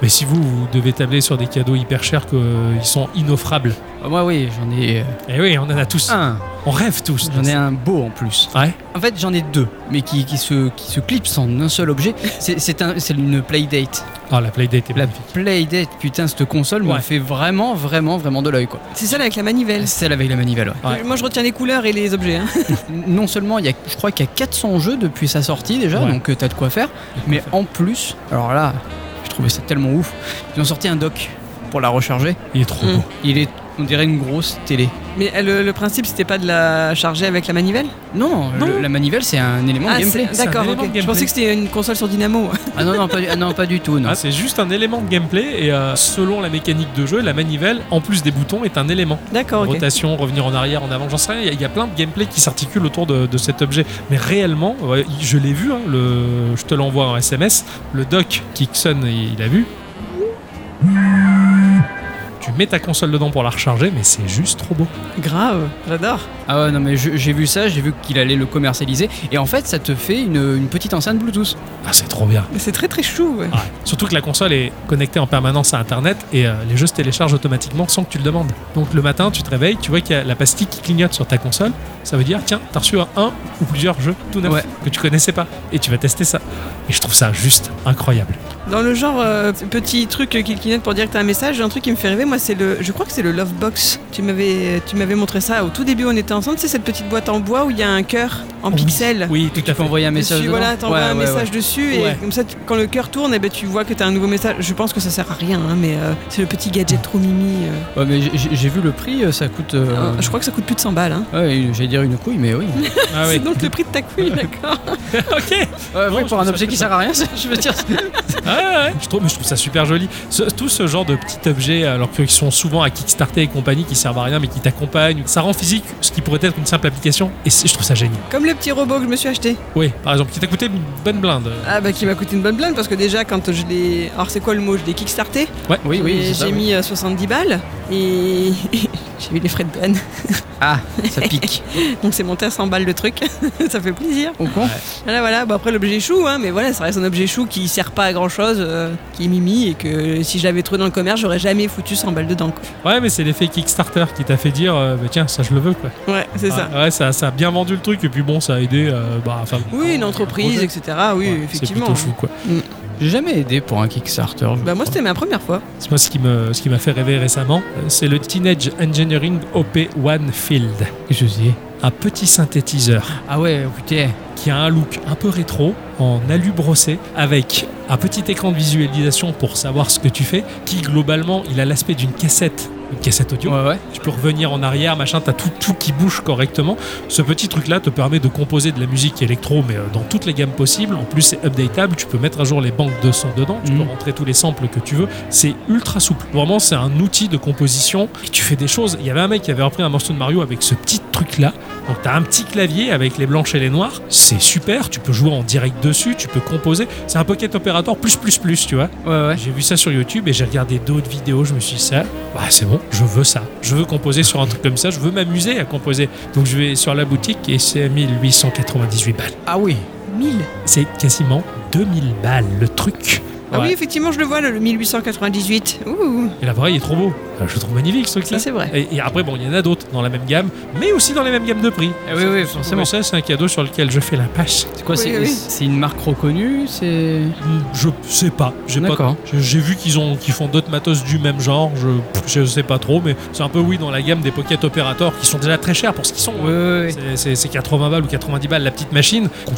Mais si vous, vous devez tabler sur des cadeaux hyper chers qu'ils sont inoffrables. Ah, Moi, oui, j'en ai. euh, Eh oui, on en a tous. Un. On rêve tous. Ah. J'en ai un beau en plus. Ouais. En fait, j'en ai deux, mais qui, qui se, qui se clipsent en un seul objet. C'est c'est un- c'est une Playdate. Ah, la Playdate est La Playdate, putain, cette console m'a fait vraiment, vraiment, vraiment de l'œil, quoi. C'est celle avec la manivelle. Celle avec la manivelle, ouais. Moi, je retiens les couleurs et les objets. hein. non seulement il y a, je crois qu'il y a 400 jeux depuis sa sortie déjà, Ouais. donc euh, t'as de quoi faire. mais en plus, alors là, je trouvais ça tellement ouf. Ils ont sorti un dock pour la recharger. Il est trop Mm. beau. Il est, on dirait une grosse télé. Mais euh, le, le principe, c'était pas de la charger avec la manivelle Non, le- la manivelle c'est un élément de Ah, gameplay. c'est- d'accord, ok. je pensais que c'était une console sur dynamo. Ah non, non, pas, du- ah non, pas du tout. Non. Ah, c'est juste un élément de gameplay et euh, selon la mécanique de jeu, la manivelle, en plus des boutons, est un élément. D'accord, Ah, ok. Rotation, revenir en arrière, en avant, j'en sais rien. Il y a- Il y, a plein de gameplay qui s'articule autour de, de cet objet. Mais réellement, ouais, je l'ai vu, hein, le, je te l'envoie en SMS, le doc Kixon, il, il a vu. Tu mets ta console dedans pour la recharger, mais c'est juste trop beau. Grave, j'adore. Ah ouais, non, mais je- j'ai vu ça, j'ai vu qu'il allait le commercialiser. Et en fait, ça te fait une, une petite enceinte Bluetooth. Ah, c'est trop bien. Mais C'est très très chou. ouais. Ouais. Surtout que la console est connectée en permanence à Internet et euh, les jeux se téléchargent automatiquement sans que tu le demandes. Donc le matin, tu te réveilles, tu vois qu'il y a la pastille qui clignote sur ta console. Ça veut dire, tiens, t'as reçu un, un ou plusieurs jeux tout neufs que tu connaissais pas et tu vas tester ça. Et je trouve ça juste incroyable. Dans le genre euh, petit truc qui clignote pour dire que t'as un message, un truc qui me fait rêver, moi c'est le, je crois que c'est le Love Box. Tu m'avais, tu m'avais montré ça au tout début, on était ensemble. C'est cette petite boîte en bois où il y a un cœur en pixels. Oui, tout à fait. Envoyer un message. Dessus, dedans. voilà, t'envoies Ouais, un ouais, message ouais. dessus et Ouais. comme ça, tu- quand le cœur tourne, eh ben, tu vois que t'as un nouveau message. Je pense que ça sert à rien, hein, mais euh, c'est le petit gadget trop mimi. euh. Ouais, mais j'ai- j'ai vu le prix, euh, ça coûte. euh, Euh, je crois que ça coûte plus de 100 balles. hein. Ouais, une- j'allais dire une couille, mais oui. Ah C'est donc le prix de ta couille, d'accord ok. oui, pour un objet qui sert à rien, ça, je veux dire. Ah ouais, je trouve, mais je trouve ça super joli. Ce- tout ce genre de petits objets, euh, alors qu'ils sont souvent à Kickstarter et compagnie, qui servent à rien mais qui t'accompagnent, ça rend physique ce qui pourrait être une simple application. Et c'est- je trouve ça génial. Comme le petit robot que je me suis acheté. Oui, par exemple, qui t'a coûté une bonne blinde. Ah bah qui m'a coûté une bonne blinde parce que déjà quand je l'ai... Alors c'est quoi le mot Je l'ai kickstarté Ouais, oui, oui, Et c'est ça, J'ai oui. mis euh, 70 balles et j'ai eu les frais de douane. Ah, ça pique. Donc c'est monté à 100 balles le truc. ça fait plaisir. Au con. Voilà, voilà. Bon, après l'objet chou, hein, mais voilà, ça reste un objet chou qui sert pas à grand chose, qui est mimi et que si je l'avais trouvé dans le commerce, j'aurais jamais foutu 100 balles dedans. quoi. Ouais, mais c'est l'effet Kickstarter qui t'a fait dire, euh, bah, tiens, ça je le veux quoi. Ouais, c'est ça. Ouais, ça, ça a bien vendu le truc et puis bon, ça a aidé. euh, bah, enfin, Oui, une entreprise, projet. etc. Oui, c'est effectivement. plutôt chou quoi. J'ai jamais aidé pour un Kickstarter. je Bah moi crois. c'était ma première fois. C'est moi ce qui me, ce qui m'a fait rêver récemment, euh, c'est le Teenage Engineering OP1 Field. Je sais. Un petit synthétiseur. Ah ouais, putain. Qui a un look un peu rétro, en alu brossé, avec un petit écran de visualisation pour savoir ce que tu fais, qui globalement, il a l'aspect d'une cassette. Une cassette audio. Tu peux revenir en arrière, machin, t'as tout, tout qui bouge correctement. Ce petit truc-là te permet de composer de la musique électro, mais euh, dans toutes les gammes possibles. En plus, c'est updatable, tu peux mettre à jour les banques de son dedans, tu peux rentrer tous les samples que tu veux. C'est ultra souple. Vraiment, c'est un outil de composition et tu fais des choses. Il y avait un mec qui avait repris un morceau de Mario avec ce petit truc-là. Donc, t'as un petit clavier avec les blanches et les noires. C'est super, tu peux jouer en direct dessus, tu peux composer. C'est un Pocket Operator plus plus plus, tu vois. J'ai vu ça sur YouTube et j'ai regardé d'autres vidéos, je me suis dit ça, bah c'est bon, je veux ça. Je veux composer sur un truc comme ça, je veux m'amuser à composer. Donc je vais sur la boutique et c'est à 1898 balles. Ah oui 1000 C'est quasiment 2000 balles le truc. Ah Ouais. oui, effectivement, je le vois, le le 1898. Ouh Et l'appareil est trop beau. Euh, Je le trouve magnifique ce truc-là. Ça, c'est vrai. Et, et après, bon, il y en a d'autres dans la même gamme, mais aussi dans les mêmes gammes de prix. Eh oui, oui, forcément. Mais ça, c'est un cadeau sur lequel je fais la passe. C'est quoi, c'est c'est une marque reconnue C'est. Je sais pas. J'ai pas- D'accord. j'ai- J'ai vu qu'ils ont qu'ils font d'autres matos du même genre. Je je sais pas trop, mais c'est un peu oui dans la gamme des Pocket Operator qui sont déjà très chers pour ce qu'ils sont. hein. C'est- C'est c'est 80 balles ou 90 balles la petite machine qu'on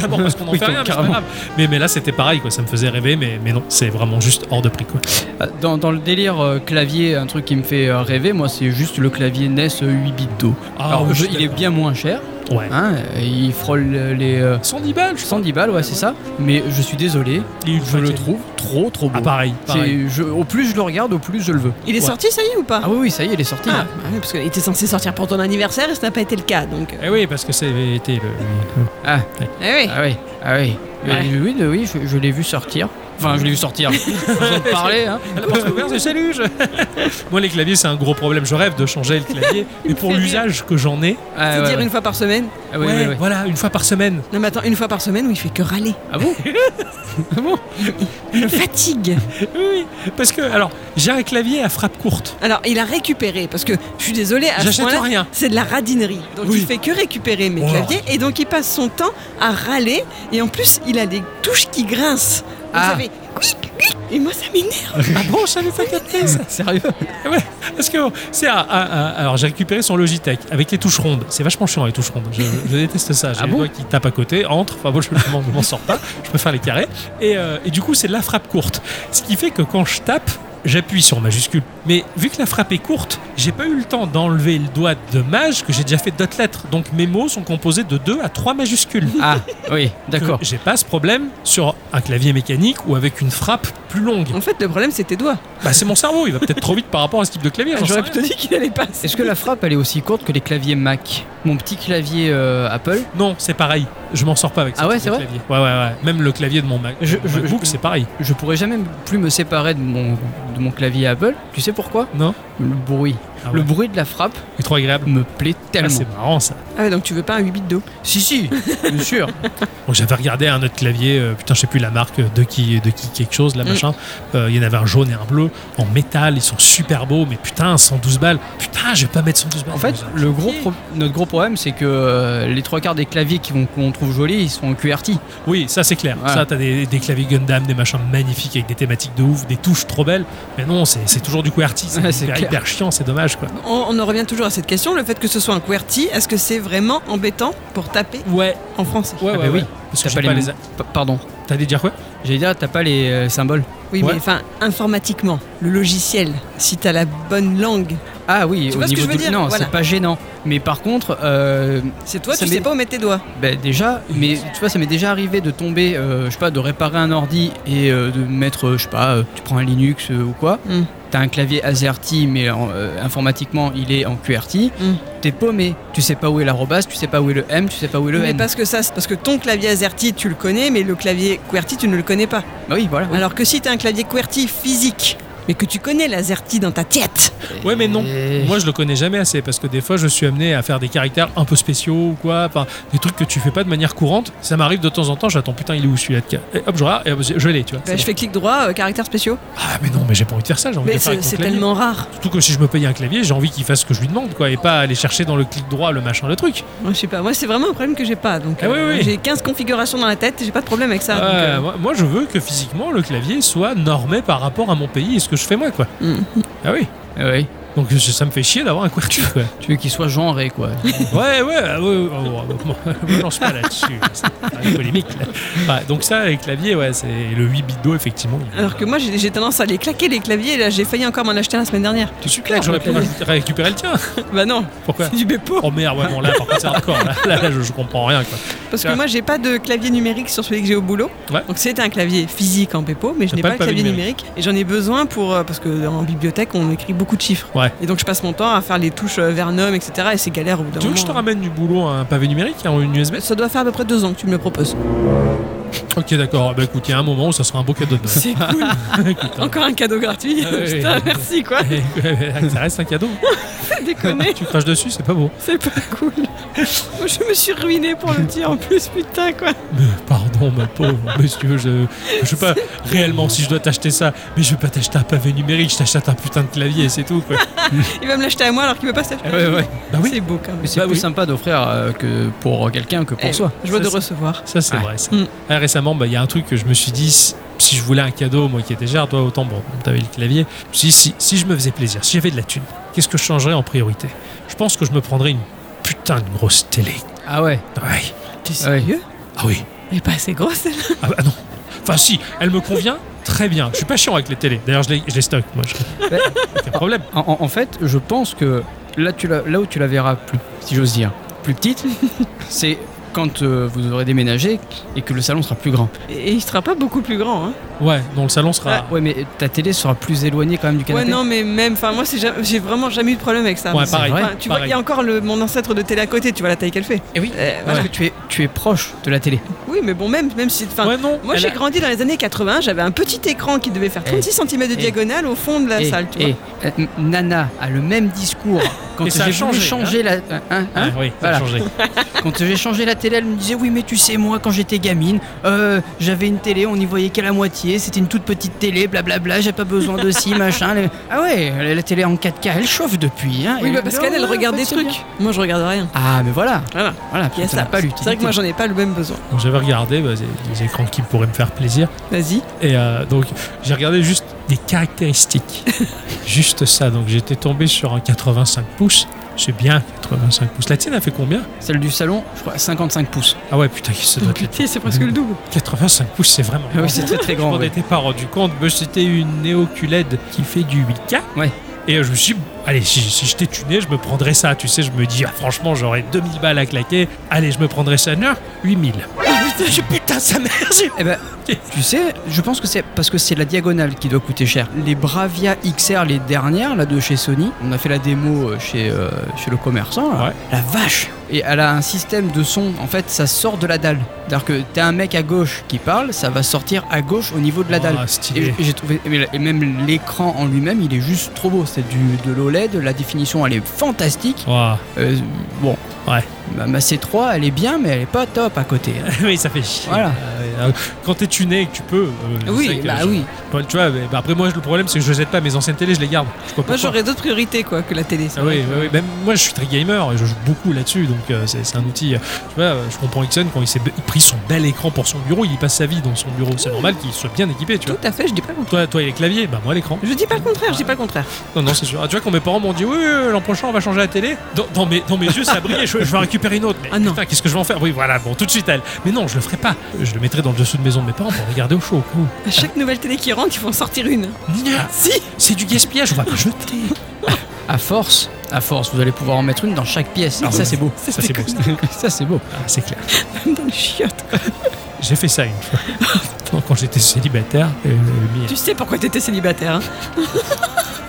d'abord parce qu'on en Oui, fait rien. Mais, c'est pas carrément. grave. mais mais là c'était pareil quoi. Ça me faisait rêver, mais mais non, c'est vraiment juste hors de prix quoi. Ah, Dans, dans le délire euh, clavier, un truc qui me fait euh, rêver, moi, c'est juste le clavier NES 8 bits d'eau. Ah, Alors, oui, je- je suis il est bien moins cher. Ouais. hein, et il frôle euh, les. euh, 110 balles, 110 balles, ouais, c'est ça. Mais je suis désolé, je le trouve trop, trop beau. Ah, pareil, C'est- pareil. je- au plus je le regarde, au plus je le veux. Il est Ouais. sorti, ça y est, ou pas Ah oui, oui, ça y est, il est sorti. Ah, bah oui, parce qu'il était censé sortir pour ton anniversaire et ça n'a pas été le cas, donc... euh, Eh oui, parce que c'était le. Ah, Eh oui ah oui, ah oui. Euh, oui, oui, oui, je, je l'ai vu sortir. Enfin, je l'ai vu sortir. J'ai entendu parler. Hein. À la porte ouverte, c'est salut. je- Moi, les claviers, c'est un gros problème. Je rêve de changer le clavier. Et pour l'usage que j'en ai. Ah, C'est dire une fois par semaine. Ah oui, Ouais, oui, oui. voilà, une fois par semaine. Non, mais attends, une fois par semaine, où il fait que râler. Ah bon Ah bon Il me fatigue. Oui, parce que, alors, j'ai un clavier à frappe courte. Alors, il a récupéré, parce que je suis désolée, à ce J'achète point-là, rien. c'est de la radinerie. Donc, il fait que récupérer mes Oh. claviers, et donc il passe son temps à râler, et en plus, il a des touches qui grincent. Vous Ah. savez, quic, quic, et moi, ça m'énerve. Ah bon, je savais pas capter ça. Sérieux Ouais, parce que c'est un, un- un- alors j'ai récupéré son Logitech avec les touches rondes. C'est vachement chiant les touches rondes. Je, je déteste ça. J'ai Ah les bon doigts qui tapent à côté, entre. Enfin bon, je je m'en- je m'en sors pas. Je préfère les carrés. Et, euh, et du coup, c'est de la frappe courte. Ce qui fait que quand je tape, j'appuie sur majuscule. Mais vu que la frappe est courte, j'ai pas eu le temps d'enlever le doigt de maj que j'ai déjà fait d'autres lettres. Donc mes mots sont composés de deux à trois majuscules. Ah oui, d'accord. J'ai pas ce problème sur un clavier mécanique ou avec une frappe plus longue. En fait, le problème, c'est tes doigts. Bah, c'est mon cerveau, il va peut-être trop vite par rapport à ce type de clavier. j'en sais Ah, J'aurais rien. plutôt dit qu'il allait pas. Est-ce que la frappe elle est aussi courte que les claviers Mac Mon petit clavier euh, Apple Non, c'est pareil. Je m'en sors pas avec ça. Ah ouais, c'est vrai clavier. Ouais, ouais, ouais. Même le clavier de mon Mac. Je- mon je- MacBook, c'est pareil. Je pourrais jamais plus me séparer de mon, de mon clavier Apple. Tu sais pourquoi Non. Le bruit. Ah Le bruit de la frappe est trop agréable. Me plaît Ah tellement. c'est marrant ça. Ah ouais, donc tu veux pas un 8 bits d'eau Si, si, bien sûr. Donc, j'avais regardé un autre clavier, euh, putain, je sais plus la marque, euh, de qui, de qui quelque chose, là, Mm. machin. Euh, Il y en avait un jaune et un bleu en métal, ils sont super beaux, mais putain, 112 balles. Putain, je vais pas mettre 112 balles. En fait, le gros pro- notre gros problème, c'est que euh, les trois quarts des claviers qui vont- qu'on trouve jolis, ils sont en QWERTY. Oui, ça c'est clair. Ça, t'as des, des claviers Gundam, des machins magnifiques avec des thématiques de ouf, des touches trop belles. Mais non, c'est c'est toujours du QWERTY. C'est Ouais, c'est hyper, clair. hyper chiant, c'est dommage quoi. on, on en revient toujours à cette question, le fait que ce soit un QWERTY, est-ce que c'est vraiment embêtant pour taper ouais. en français Ouais, Ah bah ouais, oui. ouais. Parce T'as que j'ai pas les pas mêmes- les a- pa- Pardon. T'allais dire quoi J'allais dire, t'as pas les euh, symboles. Oui, mais enfin, informatiquement, le logiciel, si t'as la bonne langue. Ah oui, Tu au vois ce que niveau je veux du- dire Non, Voilà. c'est pas gênant. Mais par contre, euh, C'est toi, ça tu sais m'est- pas où mettre tes doigts. Ben déjà, mais tu vois, ça m'est déjà arrivé de tomber, euh, je sais pas, de réparer un ordi et euh, de mettre, euh, je sais pas, euh, tu prends un Linux euh, ou quoi, Mm. t'as un clavier AZERTY, mais en, euh, informatiquement il est en QWERTY, t'es paumé, tu sais pas où est l'arrobas, tu sais pas où est le M, tu sais pas où est le mais N. parce que ça, c'est parce que ton clavier AZERTY, tu le connais, mais le clavier QWERTY, tu ne le connais pas. Bah oui, voilà. Alors que si t'as un clavier QWERTY physique, mais que tu connais l'AZERTY dans ta tête. bah, Ouais, mais non. Moi, je le connais jamais assez parce que des fois, je suis amené à faire des caractères un peu spéciaux ou quoi, enfin, des trucs que tu fais pas de manière courante. Ça m'arrive de temps en temps, j'attends putain, il est où celui-là de ca- Et hop, je regarde, et hop, je je l'ai, tu vois. Bah, je fais clic droit, euh, caractères spéciaux. Ah, mais non, mais j'ai pas envie de faire ça, j'ai envie de mais le faire c'est avec mon c'est clavier. tellement rare. Surtout que si je me paye un clavier, j'ai envie qu'il fasse ce que je lui demande, quoi, et pas aller chercher dans le clic droit le machin, le truc. Moi, je sais pas. Moi, c'est vraiment un problème que j'ai pas. Donc, euh, Ah oui, oui. j'ai 15 configurations dans la tête, j'ai pas de problème avec ça. donc, Ouais, euh, moi, moi, je veux que physiquement le clavier soit normé par rapport à mon pays et ce que je fais moi, quoi. Mm. Ah oui. oui. Donc je- ça me fait chier d'avoir un QWERTY, quoi. Tu veux qu'il soit genré, quoi. ouais, ouais, ouais, ouais, ouais, ouais, bon, je me lance pas là-dessus. C'est une polémique. là. Ouais, donc ça, les claviers, ouais, c'est le 8 bits d'eau, effectivement. Alors que moi, j'ai j'ai tendance à les claquer les claviers. et Là, j'ai failli encore m'en acheter un la semaine dernière. Tu claques, j'aurais pu rajouter- récupérer le tien. Bah non. Pourquoi Du Bepo. Oh merde, ouais, bon, là, par contre, c'est hardcore. Là, là, là, je, je comprends rien, quoi. Parce que moi, j'ai pas de clavier numérique sur celui que j'ai au boulot. Ouais. Donc c'était un clavier physique en Pepo, mais je T'as n'ai pas, le clavier numérique. Et j'en ai besoin pour. euh, parce que en bibliothèque, on écrit beaucoup de chiffres. Ouais. Et donc je passe mon temps à faire les touches euh, Vernum, etc. Et c'est galère au bout d'un Tu moment. veux que je te ramène du boulot un pavé numérique, hein, une USB Ça doit faire à peu près deux ans que tu me le proposes. Ok, d'accord. Bah écoute, il y a un moment où ça sera un beau cadeau de Noël. C'est cool. Encore un cadeau gratuit. hein. Ah oui. Putain, merci quoi. ça reste un cadeau. Déconner. tu craches dessus, c'est pas beau. C'est pas cool. Moi, je me suis ruiné pour le dire en plus, putain quoi. Pardon, ma pauvre monsieur, je, je sais pas réellement si je dois t'acheter ça, mais je vais pas t'acheter un pavé numérique, je t'achète un putain de clavier et c'est tout. Quoi. Il va me l'acheter à moi alors qu'il veut pas s'acheter. Eh Bah Ah C'est beau quand même. Bah, Mais c'est plus sympa d'offrir euh, que pour quelqu'un que pour Eh, soi. Joie Ça, de c'est- recevoir. Ça, c'est Ouais. vrai. ça. Ah, récemment, bah, il y a un truc que je me suis dit, si- si je voulais un cadeau, moi qui étais cher, toi autant, bon, t'avais le clavier. Si, si, si je me faisais plaisir, si j'avais de la thune, qu'est-ce que je changerais en priorité Je pense que je me prendrais une putain de grosse télé. Ah ouais Ouais. T'es sérieux Ah oui. Elle est pas assez grosse celle-là. Ah bah non. Enfin si, elle me convient très bien. Je suis pas chiant avec les télés. D'ailleurs, je les, je les stocke, moi. Je- Aucun problème. En, en- en fait, je pense que là, tu la- là où tu la verras plus, si j'ose dire, plus petite, c'est quand euh, vous aurez déménagé et que le salon sera plus grand. Et il sera pas beaucoup plus grand. Hein. Ouais, donc le salon sera. Ah, Ouais, mais ta télé sera plus éloignée quand même du Ouais, canapé. non, mais même, enfin, moi, c'est ja- j'ai vraiment jamais eu de problème avec ça. Ouais, Enfin, pareil, enfin, tu vois, pareil. il y a encore le, mon ancêtre de télé à côté, tu vois la taille qu'elle fait. Et Euh, Eh oui, parce que tu es, tu es proche de la télé. Oui, mais bon, même, même si. enfin, moi, elle j'ai a- grandi dans les années 80, j'avais un petit écran qui devait faire 36 cm de eh, diagonale au fond de la et, salle, tu et, vois. euh, n- Nana a le même discours quand Et ça a j'ai voulu changé, changer la. hein, hein, Ouais, Ah oui, ça a changé. quand j'ai changé la télé, elle me disait oui, mais tu sais moi quand j'étais gamine, euh, j'avais une télé, on n'y voyait qu'à la moitié, c'était une toute petite télé, blablabla, j'ai pas besoin de ci machin. Le- Ah ouais, la- la télé en 4K, elle chauffe depuis. Hein, Oui, Et- bah, parce qu'elle, elle Ouais, regarde en fait, des c'est trucs. bien. Moi, je regarde rien. Ah mais voilà. Voilà, voilà Il y a ça n'a ça. pas l'utilité. C'est vrai que moi, j'en ai pas le même besoin. Donc j'avais regardé bah, des- des écrans qui pourraient me faire plaisir. Vas-y. Et euh, donc j'ai regardé juste des caractéristiques. juste ça. Donc j'étais tombé sur un 85 pouces. C'est bien 85 pouces. La tienne a fait combien Celle du salon, je crois 55 pouces. Ah ouais, putain, ça doit être. c'est presque le double. 85 pouces, c'est vraiment. Ah oui, c'est très, très grand, Je m'en oui. étais pas rendu compte. mais C'était une Neo QLED qui fait du 8K. Ouais. Et euh, je me suis dit, allez, si, si j'étais tuné, je me prendrais ça. Tu sais, je me dis, ah, franchement, j'aurais 2000 balles à claquer. Allez, je me prendrais ça. Non, 8000. Ah, putain, sa mère Eh ben, tu sais, je pense que c'est parce que c'est la diagonale qui doit coûter cher. Les Bravia XR, les dernières, là, de chez Sony, on a fait la démo euh, chez, euh, chez le commerçant, là. la vache Et elle a un système de son, en fait, ça sort de la dalle. C'est-à-dire que t'as un mec à gauche qui parle, ça va sortir à gauche au niveau de la dalle. Oh, stylé. Et j'ai trouvé, et la- et même l'écran en lui-même, il est juste trop beau. C'est du de l'OLED, la définition, elle est fantastique. Euh, bon. Ouais. Ma, ma C3, elle est bien, mais elle est pas top à côté. hein. oui, ça fait chier. Voilà. Euh, euh, Quand t'es tuné et que tu peux. euh, je Oui, sais que bah je- oui. Bon, tu vois, mais- bah, après, moi, le problème, c'est que je jette pas mes anciennes télés, je les garde. Je sais pas Moi, pourquoi. j'aurais d'autres priorités, quoi, que la télé. c'est Ah vrai oui, que- oui, oui. Même moi, je suis très gamer et je joue beaucoup là-dessus, donc euh, c'est c'est un outil. euh, Tu vois, euh, je comprends Ixon quand il s'est b- pris son bel écran pour son bureau, il y passe sa vie dans son bureau. C'est normal qu'il soit bien équipé, tu vois. Tout à fait, je dis pas le contraire. Toi, toi, et les claviers, bah moi l'écran. Je dis pas le contraire, je dis pas le contraire. Non, non, c'est sûr. Ah, tu vois, quand mes parents m'ont dit, oui, oui, l'an prochain, on va changer la télé. Dans, dans mes, dans mes yeux, ça brillait. Je, je vais en récupérer une autre. Mais putain, qu'est-ce que je vais en faire Oui, voilà, bon, tout de suite, elle. Mais non, je le ferai pas. Je le mettrai dans le dessous de maison de mes parents pour regarder au chaud. au cas où. Ah. À chaque nouvelle télé qui rentre, il faut en sortir une. Nina, si c'est du gaspillage, on va pas jeter. À force, à force, vous allez pouvoir en mettre une dans chaque pièce. Ah ça ouais. c'est beau. Ça, c'est beau. ça c'est beau. Ah, c'est clair. Même dans les chiottes. J'ai fait ça une fois. Non, quand j'étais célibataire, euh, mis- Tu sais pourquoi t'étais célibataire, hein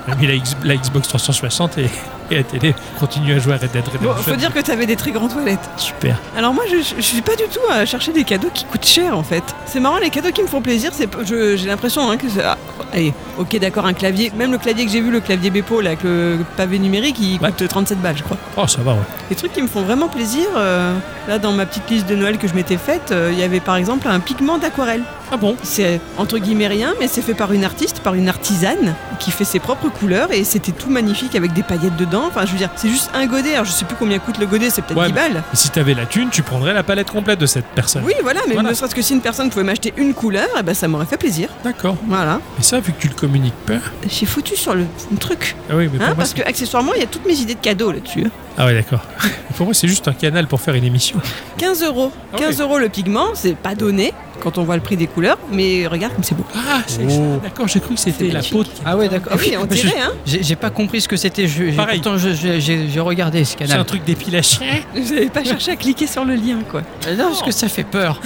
J'ai mis la, X- la Xbox 360 et, et la télé. Continue à jouer à Red Dead Bon, Redemption. faut dire que t'avais des très grandes toilettes. Super. Alors moi, je, je- je suis pas du tout à chercher des cadeaux qui coûtent cher en fait. C'est marrant, les cadeaux qui me font plaisir, c'est p- je- j'ai l'impression hein, que c'est- ah, allez, ok d'accord, un clavier, même le clavier que j'ai vu, le clavier Bepo là, avec le pavé numérique, il coûte 37 balles, je crois. Oh, ça va, ouais. Les trucs qui me font vraiment plaisir, euh, là dans ma petite liste de Noël que je m'étais faite, euh, il y avait par exemple un pigment d'aquarelle. Ah bon C'est entre guillemets rien, mais c'est fait par une artiste, par une artisane qui fait ses propres couleurs et c'était tout magnifique avec des paillettes dedans. Enfin, je veux dire, c'est juste un godet. Alors, je sais plus combien coûte le godet, c'est peut-être Ouais, 10 mais- balles. Et si t'avais la thune, tu prendrais la palette complète de cette personne. Oui, voilà, mais ne serait-ce que si une personne pouvait m'acheter une couleur, eh ben, ça m'aurait fait plaisir. D'accord. Voilà. Mais ça, vu que tu le communiques pas. J'ai foutu sur le truc. Ah oui, mais pour Hein, moi, parce c'est- que accessoirement, il y a toutes mes idées de cadeaux là-dessus. Ah ouais, d'accord. pour moi, c'est juste un canal pour faire une émission. 15 euros. Ah 15 euros le pigment, c'est pas donné quand on voit le prix des couleurs, mais regarde comme c'est beau. Ah, c'est D'accord, j'ai cru que c'était la peau. Ah ouais, d'accord. Ah oui, on dirait, hein. J'ai j'ai pas compris ce que c'était. je- j'ai- Pareil. Pourtant, je- je- j'ai j'ai regardé ce canal. C'est un truc d'épilation. Vous n'avez pas cherché à cliquer sur le lien, quoi. Mais non, parce que ça fait peur.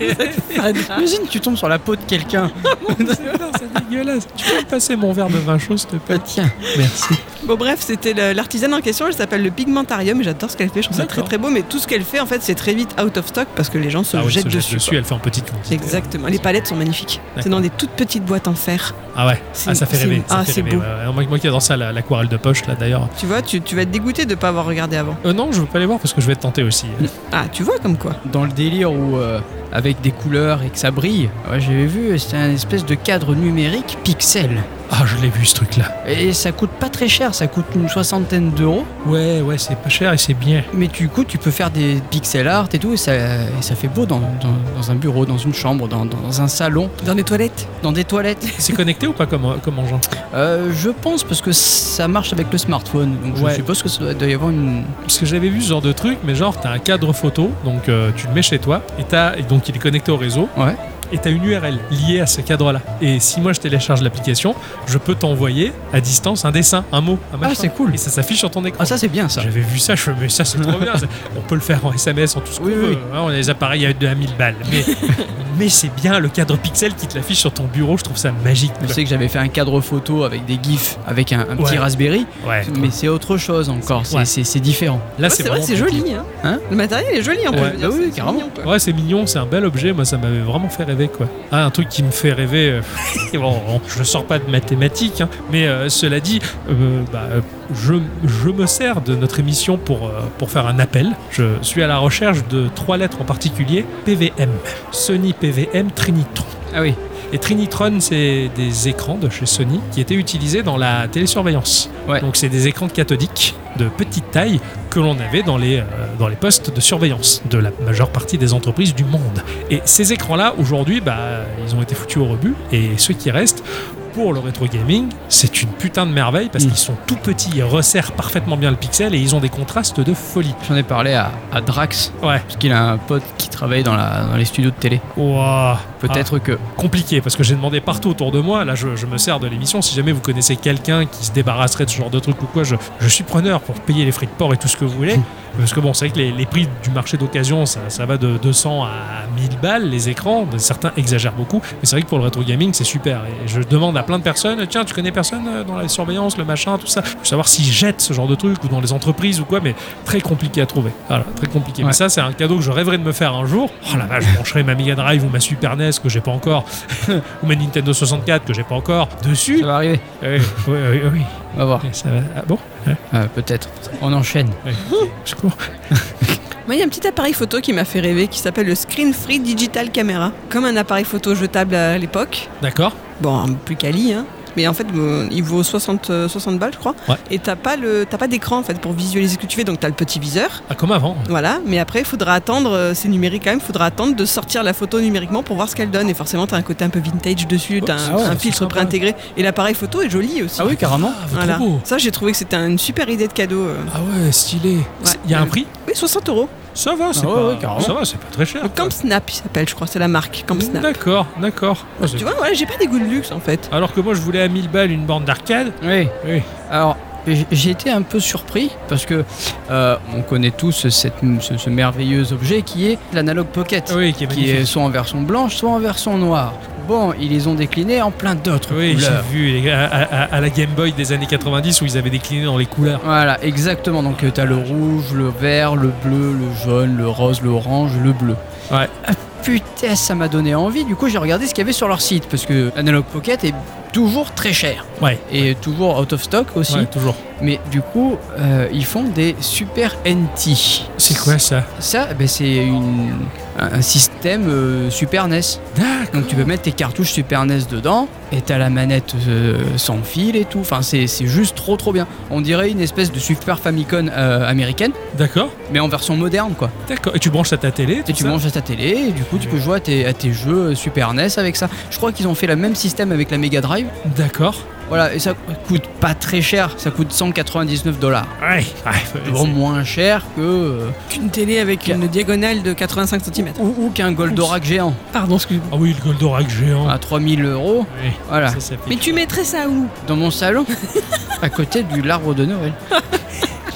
Imagine, tu tombes sur la peau de quelqu'un. c'est dégueulasse. Tu peux me passer mon verre de vin chaud, s'il te plaît Tiens, Euh, merci. Bon bref, c'était le- l'artisane en question, elle s'appelle le Pigmentarium, et j'adore ce qu'elle fait, je trouve ça très D'accord. très beau, mais tout ce qu'elle fait en fait c'est très vite out of stock parce que les gens se Ah ouais, jettent se jette dessus. dessus, quoi. elle fait en petite quantité. Exactement, les palettes sont magnifiques. C'est D'accord. dans des toutes petites boîtes en fer. Ah ouais, C'est- ah, ça fait c'est- rêver. ça ah, fait c'est rêver, beau. ouais, ouais. Moi, moi qui adore ça, la- l'aquarelle de poche, là d'ailleurs. Tu vois, tu, tu vas être dégoûté de pas avoir regardé avant. Euh, non, je veux pas les voir parce que je vais être tenté aussi. Ah, tu vois comme quoi Dans le délire où euh, avec des couleurs et que ça brille. Ah Ouais, j'avais vu. C'était un espèce de cadre numérique pixel. Ah, je l'ai vu ce truc-là. Et ça coûte pas très cher. Ça coûte une soixantaine d'euros. Ouais, ouais, c'est pas cher et c'est bien. Mais du coup, tu peux faire des pixel art et tout, et ça, et ça fait beau dans, dans- dans un bureau, dans une chambre, dans, dans un salon. Dans des toilettes Dans des toilettes. C'est connecté ou pas comme, comme engin Euh, je pense parce que ça marche avec le smartphone, donc Ouais. je suppose que ça doit- doit y avoir une. Parce que j'avais vu ce genre de truc, mais genre, t'as un cadre photo, donc euh, tu le mets chez toi, et, t'as, et donc il est connecté au réseau. Ouais. et t'as une URL liée à ce cadre-là. Et si moi je télécharge l'application, je peux t'envoyer à distance un dessin, un mot, un machin. Ah, c'est cool. Et ça s'affiche sur ton écran. Ah, ça, c'est bien ça. J'avais vu ça, je fais, mais ça c'est trop bien. C'est- On peut le faire en SMS, en tout ce qu'on veut. hein, on a les appareils à 2000 balles. Mais, mais c'est bien le cadre pixel qui te l'affiche sur ton bureau, je trouve ça magique. Je quoi. sais que j'avais fait un cadre photo avec des gifs, avec un, un petit Ouais. Raspberry, Ouais. mais c'est autre chose encore, c'est- Ouais. c'est c'est différent. Là, Ouais, Ah, c'est c'est vrai, vraiment c'est joli, hein. Le matériel est joli en plus. Ouais. je veux dire, Bah c'est- oui, c'est carrément. mignon, quoi. Ouais, c'est mignon, c'est un bel objet. Moi, ça m'avait vraiment fait rêver, quoi. Ah, un truc qui me fait rêver. euh, bon, bon, je ne sors pas de mathématiques, hein, mais euh, cela dit, euh, bah, euh, je, je me sers de notre émission pour, euh, pour faire un appel. Je suis à la recherche de trois lettres en particulier PVM, Sony PVM Trinitron. Ah oui. Et Trinitron, c'est des écrans de chez Sony qui étaient utilisés dans la télésurveillance. Donc, c'est des écrans cathodiques de petite taille que l'on avait dans les, euh, dans les postes de surveillance de la majeure partie des entreprises du monde. Et ces écrans-là, aujourd'hui, bah, ils ont été foutus au rebut. Et ceux qui restent, pour le rétro gaming, c'est une putain de merveille parce qu'ils sont tout petits, ils resserrent parfaitement bien le pixel et ils ont des contrastes de folie. J'en ai parlé à, à Drax, parce qu'il a un pote qui travaille dans, la, dans les studios de télé. Peut-être Ah. que. compliqué parce que j'ai demandé partout autour de moi. Là, je, je me sers de l'émission. Si jamais vous connaissez quelqu'un qui se débarrasserait de ce genre de truc ou quoi, je, je suis preneur pour payer les frais de port et tout ce que vous voulez. Parce que bon, c'est vrai que les, les prix du marché d'occasion, ça, ça va de 200 à 1000 balles les écrans. Certains exagèrent beaucoup, mais c'est vrai que pour le rétro gaming, c'est super. Et je demande à plein de personnes tiens, tu connais personne euh, dans la surveillance, le machin, tout ça Je veux savoir s'ils jettent ce genre de truc ou dans les entreprises ou quoi, mais très compliqué à trouver. Voilà, très compliqué. Ouais. Mais ça, c'est un cadeau que je rêverais de me faire un jour. Oh la vache, je brancherai ma Mega Drive ou ma Super NES que j'ai pas encore, ou ma Nintendo 64 que j'ai pas encore dessus. Ça va arriver. Oui, oui, oui. oui. On va voir. Ça va... Ah bon Euh, Peut-être. On enchaîne. Je cours. Moi, il y a un petit appareil photo qui m'a fait rêver qui s'appelle le Screen Free Digital Camera. Comme un appareil photo jetable à l'époque. D'accord Bon, un peu plus quali, hein. Mais en fait, bon, il vaut 60, euh, 60 balles, je crois. Ouais. Et t'as pas, le, t'as pas d'écran en fait pour visualiser ce que tu fais. Donc t'as le petit viseur. Ah, comme avant. Voilà, mais après, il faudra attendre, euh, c'est numérique quand même, il faudra attendre de sortir la photo numériquement pour voir ce qu'elle donne. Et forcément, tu as un côté un peu vintage dessus, tu as c'est- un, ouais, un c'est filtre préintégré. Et l'appareil photo est joli aussi. Ah oui, carrément. Ah, trop beau. Ça, j'ai trouvé que c'était une super idée de cadeau. euh. Ah ouais, stylé. Il y a un prix Oui, 60 euros. Ça va, c'est ouais, pas... ouais, carrément. ça va, c'est pas très cher. Le Camp Snap, il s'appelle, je crois, c'est la marque Camp Snap. D'accord, d'accord. Ah, c'est- Tu vois, voilà, j'ai pas des goûts de luxe en fait. Alors que moi, je voulais à 1000 balles une bande d'arcade. Oui. Oui. Alors, j- j'ai été un peu surpris parce que euh, on connaît tous cette, ce, ce merveilleux objet qui est l'analogue pocket, qui, est, est soit en version blanche, soit en version noire. Bon, ils les ont déclinés en plein d'autres Oui, couleurs. j'ai vu les gars, à, à- à la Game Boy des années 90 où ils avaient décliné dans les couleurs. Voilà, exactement. Donc euh, t'as le rouge, le vert, le bleu, le jaune, le rose, le orange, le bleu. Ah, Ouais. putain, ça m'a donné envie. Du coup, j'ai regardé ce qu'il y avait sur leur site parce que Analog Pocket est toujours très cher. Ouais. Et toujours out of stock aussi. Ouais, toujours. Mais du coup, euh, ils font des super NT. C'est quoi ça Ça, ben, c'est une- un un système euh, Super NES. Donc tu peux mettre tes cartouches Super NES dedans et t'as la manette euh, sans fil et tout. Enfin, c'est c'est juste trop trop bien. On dirait une espèce de Super Famicom euh, américaine, D'accord. mais en version moderne quoi. D'accord. Et tu branches à ta télé Et tu manges à ta télé et du coup tu peux jouer à tes, à tes jeux euh, Super NES avec ça. Je crois qu'ils ont fait le même système avec la Mega Drive. D'accord. Voilà, et ça coûte pas très cher, ça coûte 199 dollars. Ouais, C'est vraiment moins cher que. euh, Qu'une télé avec une diagonale de 85 cm. Ou, ou qu'un Goldorak géant. Pardon, excuse-moi. Ah oui, le Goldorak géant. À 3000 euros. Oui, Ah, Voilà. ça, ça pique. Mais tu mettrais ça où Dans mon salon, à côté du l'arbre de Noël.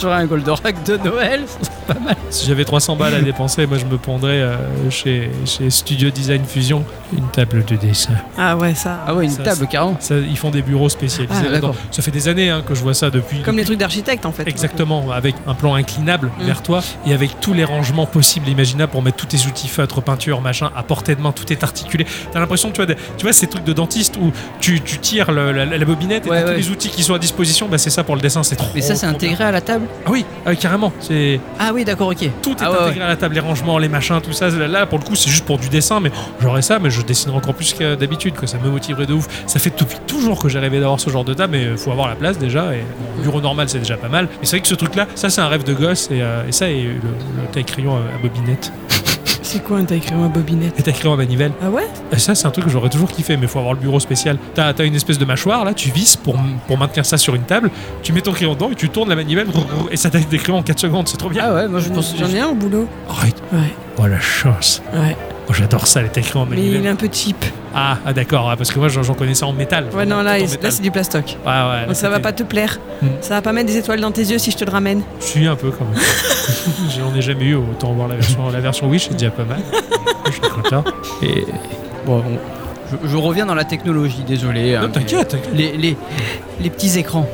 J'aurais un Goldorak de Noël. Pas mal. Si j'avais 300 balles à dépenser, moi je me prendrais euh, chez, chez Studio Design Fusion une table de dessin. Ah ouais, ça. Ah ouais, une Ça, table carrément. Ça, ils font des bureaux spécialisés. Ah, là-dedans. d'accord. ça fait des années hein, que je vois ça depuis. Comme les trucs d'architecte en fait. Exactement, avec un plan inclinable Mmh. vers toi et avec tous les rangements possibles, et imaginables pour mettre tous tes outils feutres, peinture, machin, à portée de main, tout est articulé. T'as l'impression, tu vois, des- tu vois ces trucs de dentiste où tu, tu tires le- la, la bobinette et Ouais, t'as ouais. tous les outils qui sont à disposition, bah c'est ça pour le dessin, c'est trop. Mais ça, c'est trop bien. intégré à la table Ah oui, ah, carrément, c'est Ah oui, d'accord, ok. tout est Ah ouais, intégré à la table, les rangements, les machins, tout ça. Là, pour le coup, c'est juste pour du dessin, mais j'aurais ça, mais je dessinerais encore plus que d'habitude, que ça me motiverait de ouf. Ça fait depuis toujours que j'ai rêvé d'avoir ce genre de table, mais euh, faut avoir la place déjà. Et le bureau normal, c'est déjà pas mal. Mais c'est vrai que ce truc-là, ça, c'est un rêve de gosse, et, euh, et ça, et le, le taille crayon à, à bobinette, C'est quoi un taille crayon à bobinette le taille crayon à manivelle. Ah ouais Et ça, c'est un truc que j'aurais toujours kiffé, mais faut avoir le bureau spécial. T'as as une espèce de mâchoire, là, tu vis pour, pour maintenir ça sur une table, tu mets ton crayon dedans et tu tournes la manivelle, et ça taille des crayons en 4 secondes, c'est trop bien. Ah ouais, moi je pense. J'en ai un au boulot. Arrête. Ouais. Oh la chance. Ouais. Moi, j'adore ça, les écrit en Mais il est manuel. un peu cheap. Ah, ah, d'accord, ah, parce que moi j'en j'en connaissais en métal. Ouais, non, là, Tout en il- là, métal. c'est du plastoc. Ouais, ouais, là, Donc ça va c'était- pas te plaire. Hmm. Ça va pas mettre des étoiles dans tes yeux si je te le ramène. Je suis un peu quand même. J'en ai jamais eu, autant voir la version, la version Wish, c'est déjà pas mal. Je suis content. Et bon, on- je, je reviens dans la technologie, désolé. hein, mais- t'inquiète, Les, les, les petits écrans.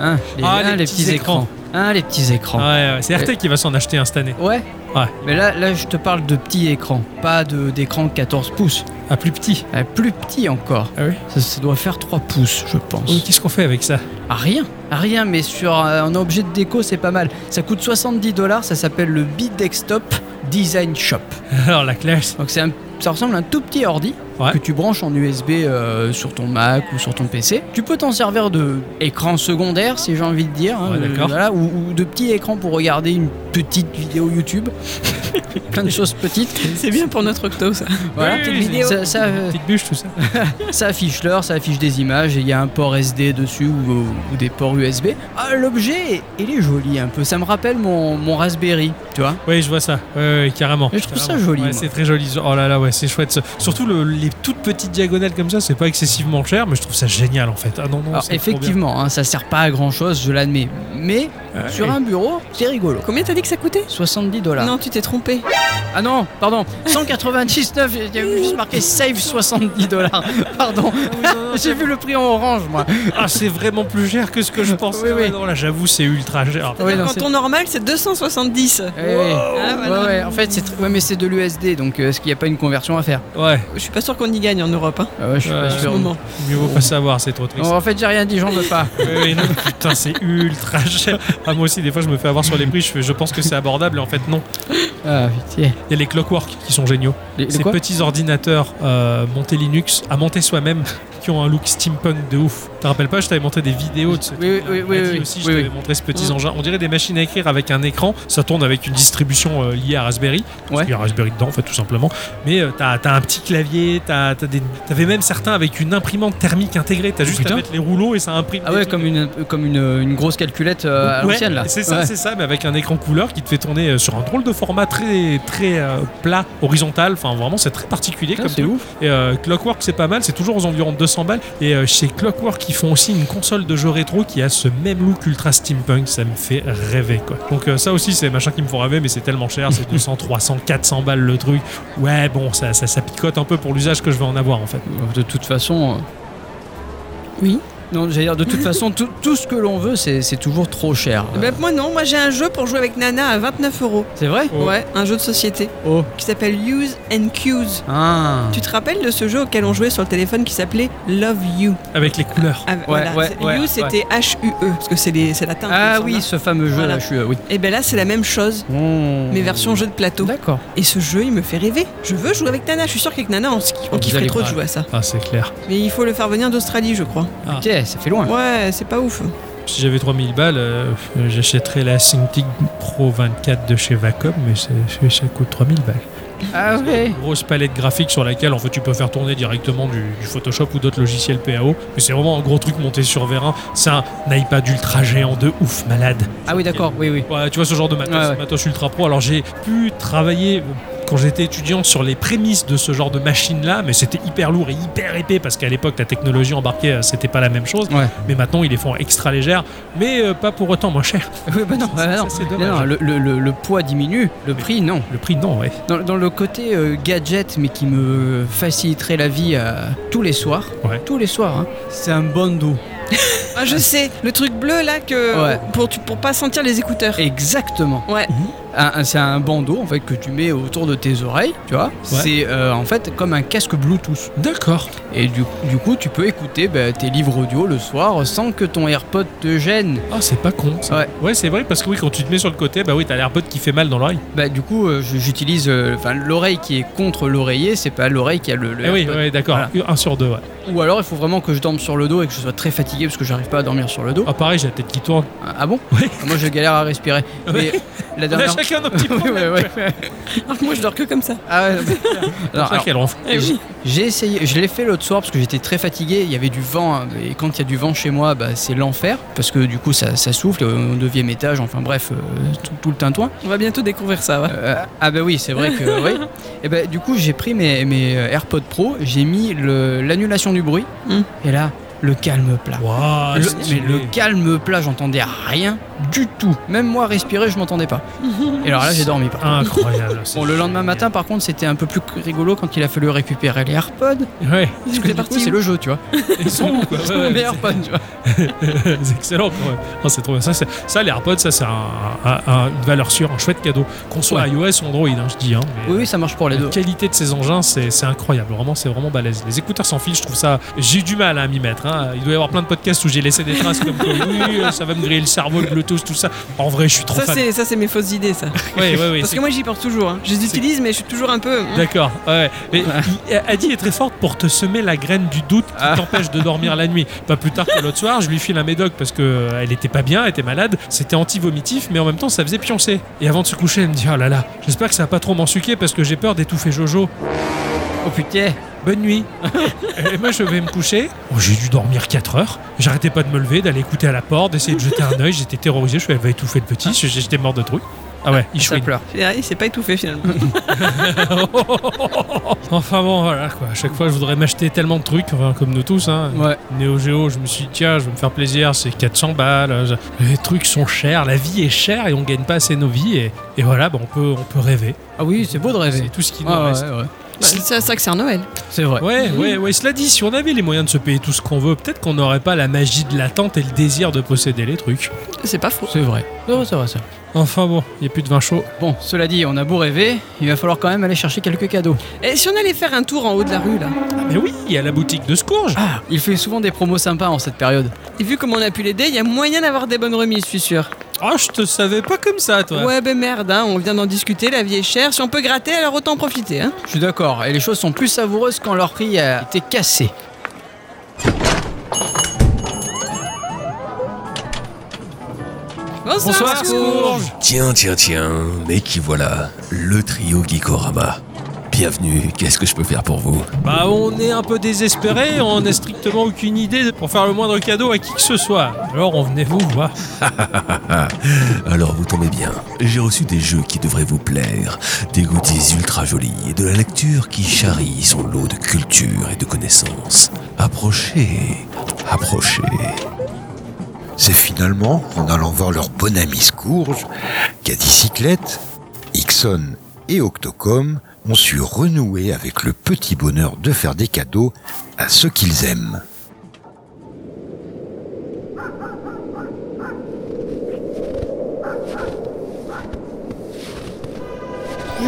Hein, les, Ah, hein, les petits, écrans. Hein, les petits écrans. Ouais, ouais, c'est RT qui va s'en acheter un cette année. Ouais. Ah. Ouais. Mais là, là, je te parle de petits écrans, pas de- d'écran de 14 pouces. Ah, plus petit. Ah, plus petit encore. Ah ça, ça doit faire 3 pouces, je pense. Oui, Qu'est-ce qu'on fait avec ça Ah, rien, ah, rien, mais sur euh, un objet de déco, c'est pas mal. Ça coûte 70 dollars, ça s'appelle le Bidextop Design Shop. Alors, la classe. Donc, c'est un- ça ressemble à un tout petit ordi que tu branches en USB euh, sur ton Mac ou sur ton PC. Tu peux t'en servir de écran secondaire, si j'ai envie de dire, hein, Ouais, de- d'accord. voilà, ou, ou de petit écran pour regarder une petite vidéo YouTube. Plein de choses petites. C'est bien pour notre octo, ça. Voilà, Petite vidéo. Ça, ça, euh, Petite bûche, tout ça. ça affiche l'heure, ça affiche des images, et il y a un port SD dessus ou, ou des ports USB. Ah, l'objet, il est joli un peu. Ça me rappelle mon, mon Raspberry, tu vois. Oui, je vois ça, Ouais, ouais, carrément. je trouve ça joli, Ouais, moi. c'est très joli. Oh là là, ouais, c'est chouette. ça. Surtout le- les toutes petites diagonales comme ça, c'est pas excessivement cher, mais je trouve ça génial en fait. Ah non, non, Alors, c'est trop bien. effectivement, hein, ça sert pas à grand chose, je l'admets. Mais Ouais. sur un bureau, c'est rigolo. Combien t'as dit que ça coûtait 70 dollars. Non, tu t'es trompé. Ah non, pardon, 199, j'ai juste marqué save 70 dollars. Oh Pardon, j'ai vu le prix en orange, moi. Ah, c'est vraiment plus cher que ce que je pensais. Oui, oui. Ah non, là, j'avoue, c'est ultra cher. Ouais, non, Quand c'est- ton normal, c'est 270. Eh oui. Ah, voilà. Ouais, ouais, en fait, c'est tr- ouais, mais c'est de l'USD, donc euh, est-ce qu'il n'y a pas une conversion à faire Ouais. Je suis pas sûr qu'on y gagne en Europe. Hein. Ah ouais, je suis Ouais, pas en sûr. ce moment. Mieux vaut pas savoir, c'est trop triste. Non, en fait, j'ai rien dit, j'en veux pas. Oui, oui, non, putain, c'est ultra cher. Ah, moi aussi, des fois, je me fais avoir sur les prix. Je, fais- je pense que c'est abordable, et en fait, non. Ah, putain. Il y a les Clockwork qui sont géniaux. Les- les Ces quoi petits ordinateurs euh, montés Linux, à monter soi-même, qui ont un look steampunk de ouf. Tu te rappelles pas, je t'avais montré des vidéos de ce Oui, oui, oui, oui, Maddie oui, aussi, je oui, t'avais oui. Mm. montré ces petits engins. On dirait des machines à écrire avec un écran. Ça tourne avec une distribution euh, liée à Raspberry. Parce qu'il y a un Raspberry dedans, en fait, tout simplement. Mais euh, t'as t'as un petit clavier, t'as- t'as des- t'avais même certains avec une imprimante thermique intégrée. T'as juste à putain. mettre les rouleaux et ça imprime. Ah ouais, comme une, comme une, une grosse calculette euh, à Ouais, l'ancienne, là. C'est ça, Ouais. c'est ça, mais avec un écran couleur qui te fait tourner euh, sur un drôle de format très très euh, plat, horizontal. Enfin, vraiment, c'est très particulier Ah, comme c'est truc. ouf. Et euh, Clockwork, c'est pas mal. C'est toujours aux environs de 200 balles. Et euh, chez Clockwork, ils font aussi une console de jeu rétro qui a ce même look ultra steampunk. Ça me fait rêver, quoi. Donc euh, ça aussi, c'est machin qui me font rêver, mais c'est tellement cher. C'est 200, 300, 400 balles le truc. Ouais, bon, ça, ça, ça picote un peu pour l'usage que je vais en avoir, en fait. De toute façon. euh, Oui. Non, j'allais dire, de toute façon, tout, tout ce que l'on veut, c'est c'est toujours trop cher. Eh ben, moi non, moi j'ai un jeu pour jouer avec Nana à 29 euros. C'est vrai Oh. Ouais, un jeu de société Oh. qui s'appelle Use and Cuse. Ah. Tu te rappelles de ce jeu auquel on jouait sur le téléphone qui s'appelait Love You Avec les couleurs. Ah, voilà. ouais, C'est- ouais, You ouais. c'était H-U-E parce que c'est les- c'est la teinte. Ah il me oui, semble, hein. ce fameux jeu, Voilà. là, je suis. euh, Oui. Oh. Et ben là c'est la même chose. Mais version jeu de plateau. D'accord. Et ce jeu il me fait rêver. Je veux jouer avec Nana. Je suis sûr qu'avec Nana on, s- on Vous kifferait allez trop de pas- jouer à ça. Ah, c'est clair. Mais il faut le faire venir d'Australie je crois. Ah. Ok, ça fait loin. Ouais c'est pas ouf. Si j'avais 3000 balles, euh, euh, j'achèterais la ThinkTic Pro 24 de chez Vacom, mais c'est- c'est- ça coûte 3000 balles. Ah ouais. Grosse palette graphique sur laquelle en fait tu peux faire tourner directement du, du Photoshop ou d'autres logiciels PAO. Mais c'est vraiment un gros truc monté sur vérin. C'est un iPad ultra géant de ouf malade. Ah oui, d'accord, oui, oui. Ouais, tu vois ce genre de matos, Ouais, ouais. matos ultra pro. Alors j'ai pu travailler euh, quand j'étais étudiant sur les prémices de ce genre de machine là, mais c'était hyper lourd et hyper épais parce qu'à l'époque la technologie embarquée euh, c'était pas la même chose. Ouais. Mais maintenant ils les font extra légères, mais euh, pas pour autant moins cher. Oui, bah non, bah non. c'est dommage. Non, non, le, le- le- le poids diminue, le prix non. Le prix non, ouais. Dans, dans le côté euh, gadget, mais qui me faciliterait la vie euh, tous les soirs, Ouais. tous les soirs, hein, c'est un bandeau. Ah je sais le truc bleu là que Ouais. pour tu- pour pas sentir les écouteurs. Exactement. Mhm. Ouais. Un- un- c'est un bandeau en fait que tu mets autour de tes oreilles, tu vois. C'est euh, en fait comme un casque Bluetooth. D'accord. Et du, du coup, tu peux écouter bah, tes livres audio le soir sans que ton AirPod te gêne. Ah, c'est pas con. ça. Ouais. Ouais, c'est vrai parce que oui, quand tu te mets sur le côté, bah oui, t'as l'AirPod qui fait mal dans l'oreille. Bah du coup, euh, je- j'utilise euh, enfin l'oreille qui est contre l'oreiller, c'est pas l'oreille qui a le. le Eh oui, AirPod. ouais, d'accord. Un sur deux, ouais. Ou alors il faut vraiment que je dorme sur le dos et que je sois très fatigué parce que j'arrive pas à dormir sur le dos. Ah pareil, j'ai la tête qui tourne. Ah bon Moi je galère à respirer. Mais la On a dernière, chacun chacun nos petits problèmes. Alors que moi je dors que comme ça. Ah ouais, Alors, ça qu'elle alors, ronfle. j'ai- J'ai essayé, je l'ai fait l'autre soir parce que j'étais très fatigué, il y avait du vent, hein, et quand il y a du vent chez moi, bah, c'est l'enfer, parce que du coup ça, ça souffle euh, au neuvième étage, enfin bref, euh, tout, tout le tintouin. On va bientôt découvrir ça. Ouais. ah bah oui, c'est vrai que oui. Et bah, du coup j'ai pris mes, mes euh, AirPods Pro, j'ai mis le- l'annulation du bruit, Hmm. et là, le calme plat. Waouh, Le- Ah, stylé. mais le calme plat, j'entendais rien du tout. Même moi respirer, je m'entendais pas. Et alors là, j'ai dormi. Par Ah, contre. Incroyable, c'est bon, le lendemain matin, par contre, c'était un peu plus rigolo quand il a fallu récupérer les AirPods. Ouais. Parce que du coup, c'est le jeu, tu vois. Ils sont où, quoi Ils sont Ouais, où, mes ouais, AirPods, tu vois. c'est excellent pour eux. Non, c'est trop bien. Ça, c'est- ça, les AirPods, ça, c'est un- un- un- une valeur sûre, un chouette cadeau. Qu'on soit Ouais. iOS ou Android, hein, je dis. Hein, mais Oui, oui, ça marche pour les la deux. qualité de ces engins, c'est c'est incroyable. Vraiment, c'est vraiment balèze. Les écouteurs sans fil, je trouve ça. J'ai eu du mal à m'y mettre. hein. Il doit y avoir plein de podcasts où j'ai laissé des traces comme quoi, oui, euh, ça va me griller le cerveau, le Bluetooth, tout ça. En vrai, je suis trop Ça fan. c'est ça c'est mes fausses idées ça. Ouais, ouais, ouais, Parce c'est- que moi j'y pense toujours. hein. Je les utilise mais je suis toujours un peu. hein. D'accord, ouais. Mais il- Adi est très forte pour te semer la graine du doute qui t'empêche de dormir la nuit. Pas plus tard que l'autre soir, je lui file un médoc parce que euh, elle était pas bien, elle était malade, c'était anti-vomitif, mais en même temps ça faisait pioncer. Et avant de se coucher, elle me dit Oh là là, j'espère que ça va pas trop m'ensuquer parce que j'ai peur d'étouffer Jojo. Oh putain Bonne nuit Et moi je vais me coucher. Oh, j'ai dû dormir 4 heures. J'arrêtais pas de me lever, d'aller écouter à la porte, d'essayer de jeter un œil. J'étais terrorisé, je suis elle va étouffer le petit, j'étais mort de truc. Ah ouais, il chouine. Il s'est pas étouffé finalement. Enfin bon, voilà quoi. À chaque fois, je voudrais m'acheter tellement de trucs, enfin, comme nous tous. Hein. Neo Geo, je me suis dit, tiens, je vais me faire plaisir, c'est 400 balles. Les trucs sont chers, la vie est chère et on gagne pas assez nos vies. Et, et voilà, bah, on, peut, on peut rêver. Ah oui, c'est beau de rêver. C'est tout ce qui nous Ah ouais, reste. ouais. Bah, c'est à ça que c'est un Noël. C'est vrai. Ouais, ouais, ouais. Cela dit, si on avait les moyens de se payer tout ce qu'on veut, peut-être qu'on n'aurait pas la magie de l'attente et le désir de posséder les trucs. C'est pas faux. C'est vrai. C'est vrai, c'est vrai, ça. Enfin bon, il n'y a plus de vin chaud. Bon, cela dit, on a beau rêver, il va falloir quand même aller chercher quelques cadeaux. Et si on allait faire un tour en haut de la rue là Mais oui, il y a la boutique de Scourge. Ah, il fait souvent des promos sympas en cette période. Et vu comment on a pu l'aider, il y a moyen d'avoir des bonnes remises, je suis sûr. Ah, je te savais pas comme ça, toi. Ouais, ben merde, hein, on vient d'en discuter, la vie est chère. Si on peut gratter, alors autant en profiter. Hein. Je suis d'accord, et les choses sont plus savoureuses quand leur prix a été cassé. Bonsoir, Tiens, tiens, tiens, mais qui voilà Le trio Gikorama. Bienvenue, qu'est-ce que je peux faire pour vous Bah on est un peu désespéré, on n'a strictement aucune idée pour faire le moindre cadeau à qui que ce soit. Alors on venait vous voir. Alors vous tombez bien, j'ai reçu des jeux qui devraient vous plaire, des goodies ultra jolis et de la lecture qui charrie son lot de culture et de connaissances. Approchez, approchez. C'est finalement en allant voir leur bon ami Scourge qu'Adicyclette, Ixon et Octocom ont su renouer avec le petit bonheur de faire des cadeaux à ceux qu'ils aiment.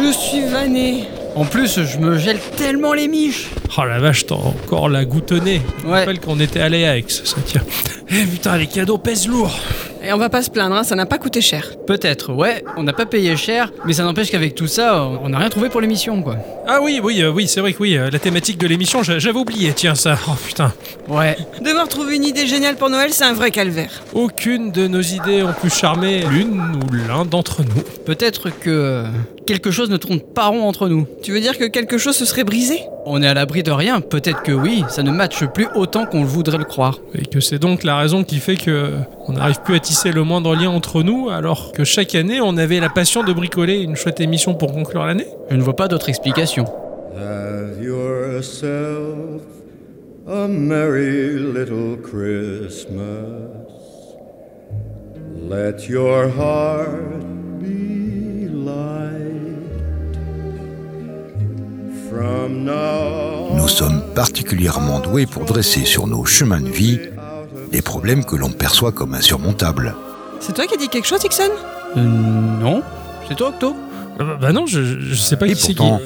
Je suis vanné. En plus, je me gèle tellement les miches. Oh la vache, t'as encore la goutonnée. Je me rappelle qu'on était allé à Aix, ça tient. Eh putain, les cadeaux pèsent lourd. Et on va pas se plaindre, hein, ça n'a pas coûté cher. Peut-être, ouais, on n'a pas payé cher, mais ça n'empêche qu'avec tout ça, on n'a rien trouvé pour l'émission, quoi. Ah oui, oui, euh, oui, c'est vrai que oui, euh, la thématique de l'émission, j'a- j'avais oublié, tiens ça. Oh putain. Ouais. Devoir trouver une idée géniale pour Noël, c'est un vrai calvaire. Aucune de nos idées ont pu charmer l'une ou l'un d'entre nous. Peut-être que quelque chose ne tourne pas rond entre nous. Tu veux dire que quelque chose se serait brisé On est à l'abri de rien, peut-être que oui, ça ne matche plus autant qu'on le voudrait le croire. Et que c'est donc la raison qui fait que on n'arrive plus à tisser le moindre lien entre nous, alors que chaque année on avait la passion de bricoler une chouette émission pour conclure l'année. Je ne vois pas d'autre explication. Have yourself a merry little Christmas. Let your heart be light. From now Nous sommes particulièrement doués pour dresser sur nos chemins de vie des problèmes que l'on perçoit comme insurmontables. C'est toi qui as dit quelque chose, Ixon Euh, non C'est toi, Octo bah, bah non, je, je sais pas Et qui c'est qui. pourtant,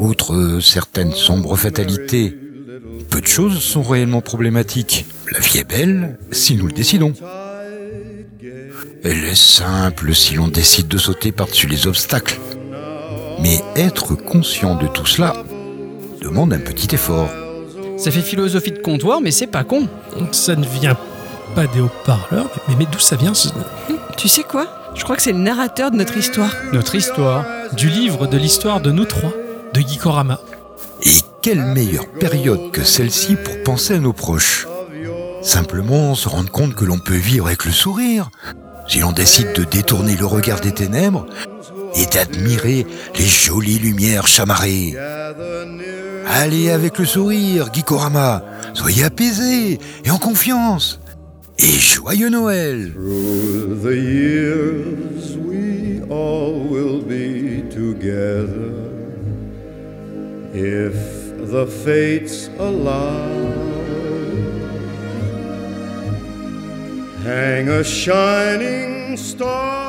outre euh, certaines sombres fatalités, peu de choses sont réellement problématiques. La vie est belle si nous le décidons. Elle est simple si l'on décide de sauter par-dessus les obstacles. Mais être conscient de tout cela demande un petit effort. Ça fait philosophie de comptoir, mais c'est pas con. Ça ne vient pas des haut-parleurs, mais, mais d'où ça vient ce... Tu sais quoi Je crois que c'est le narrateur de notre histoire. Notre histoire. Du livre de l'histoire de nous trois, de Gikorama. Et quelle meilleure période que celle-ci pour penser à nos proches Simplement se rendre compte que l'on peut vivre avec le sourire, si l'on décide de détourner le regard des ténèbres et d'admirer les jolies lumières chamarrées. Allez avec le sourire, Gikorama, soyez apaisés et en confiance. Et joyeux Noël Through the years, we all will be together. If the fates allow, hang a shining star.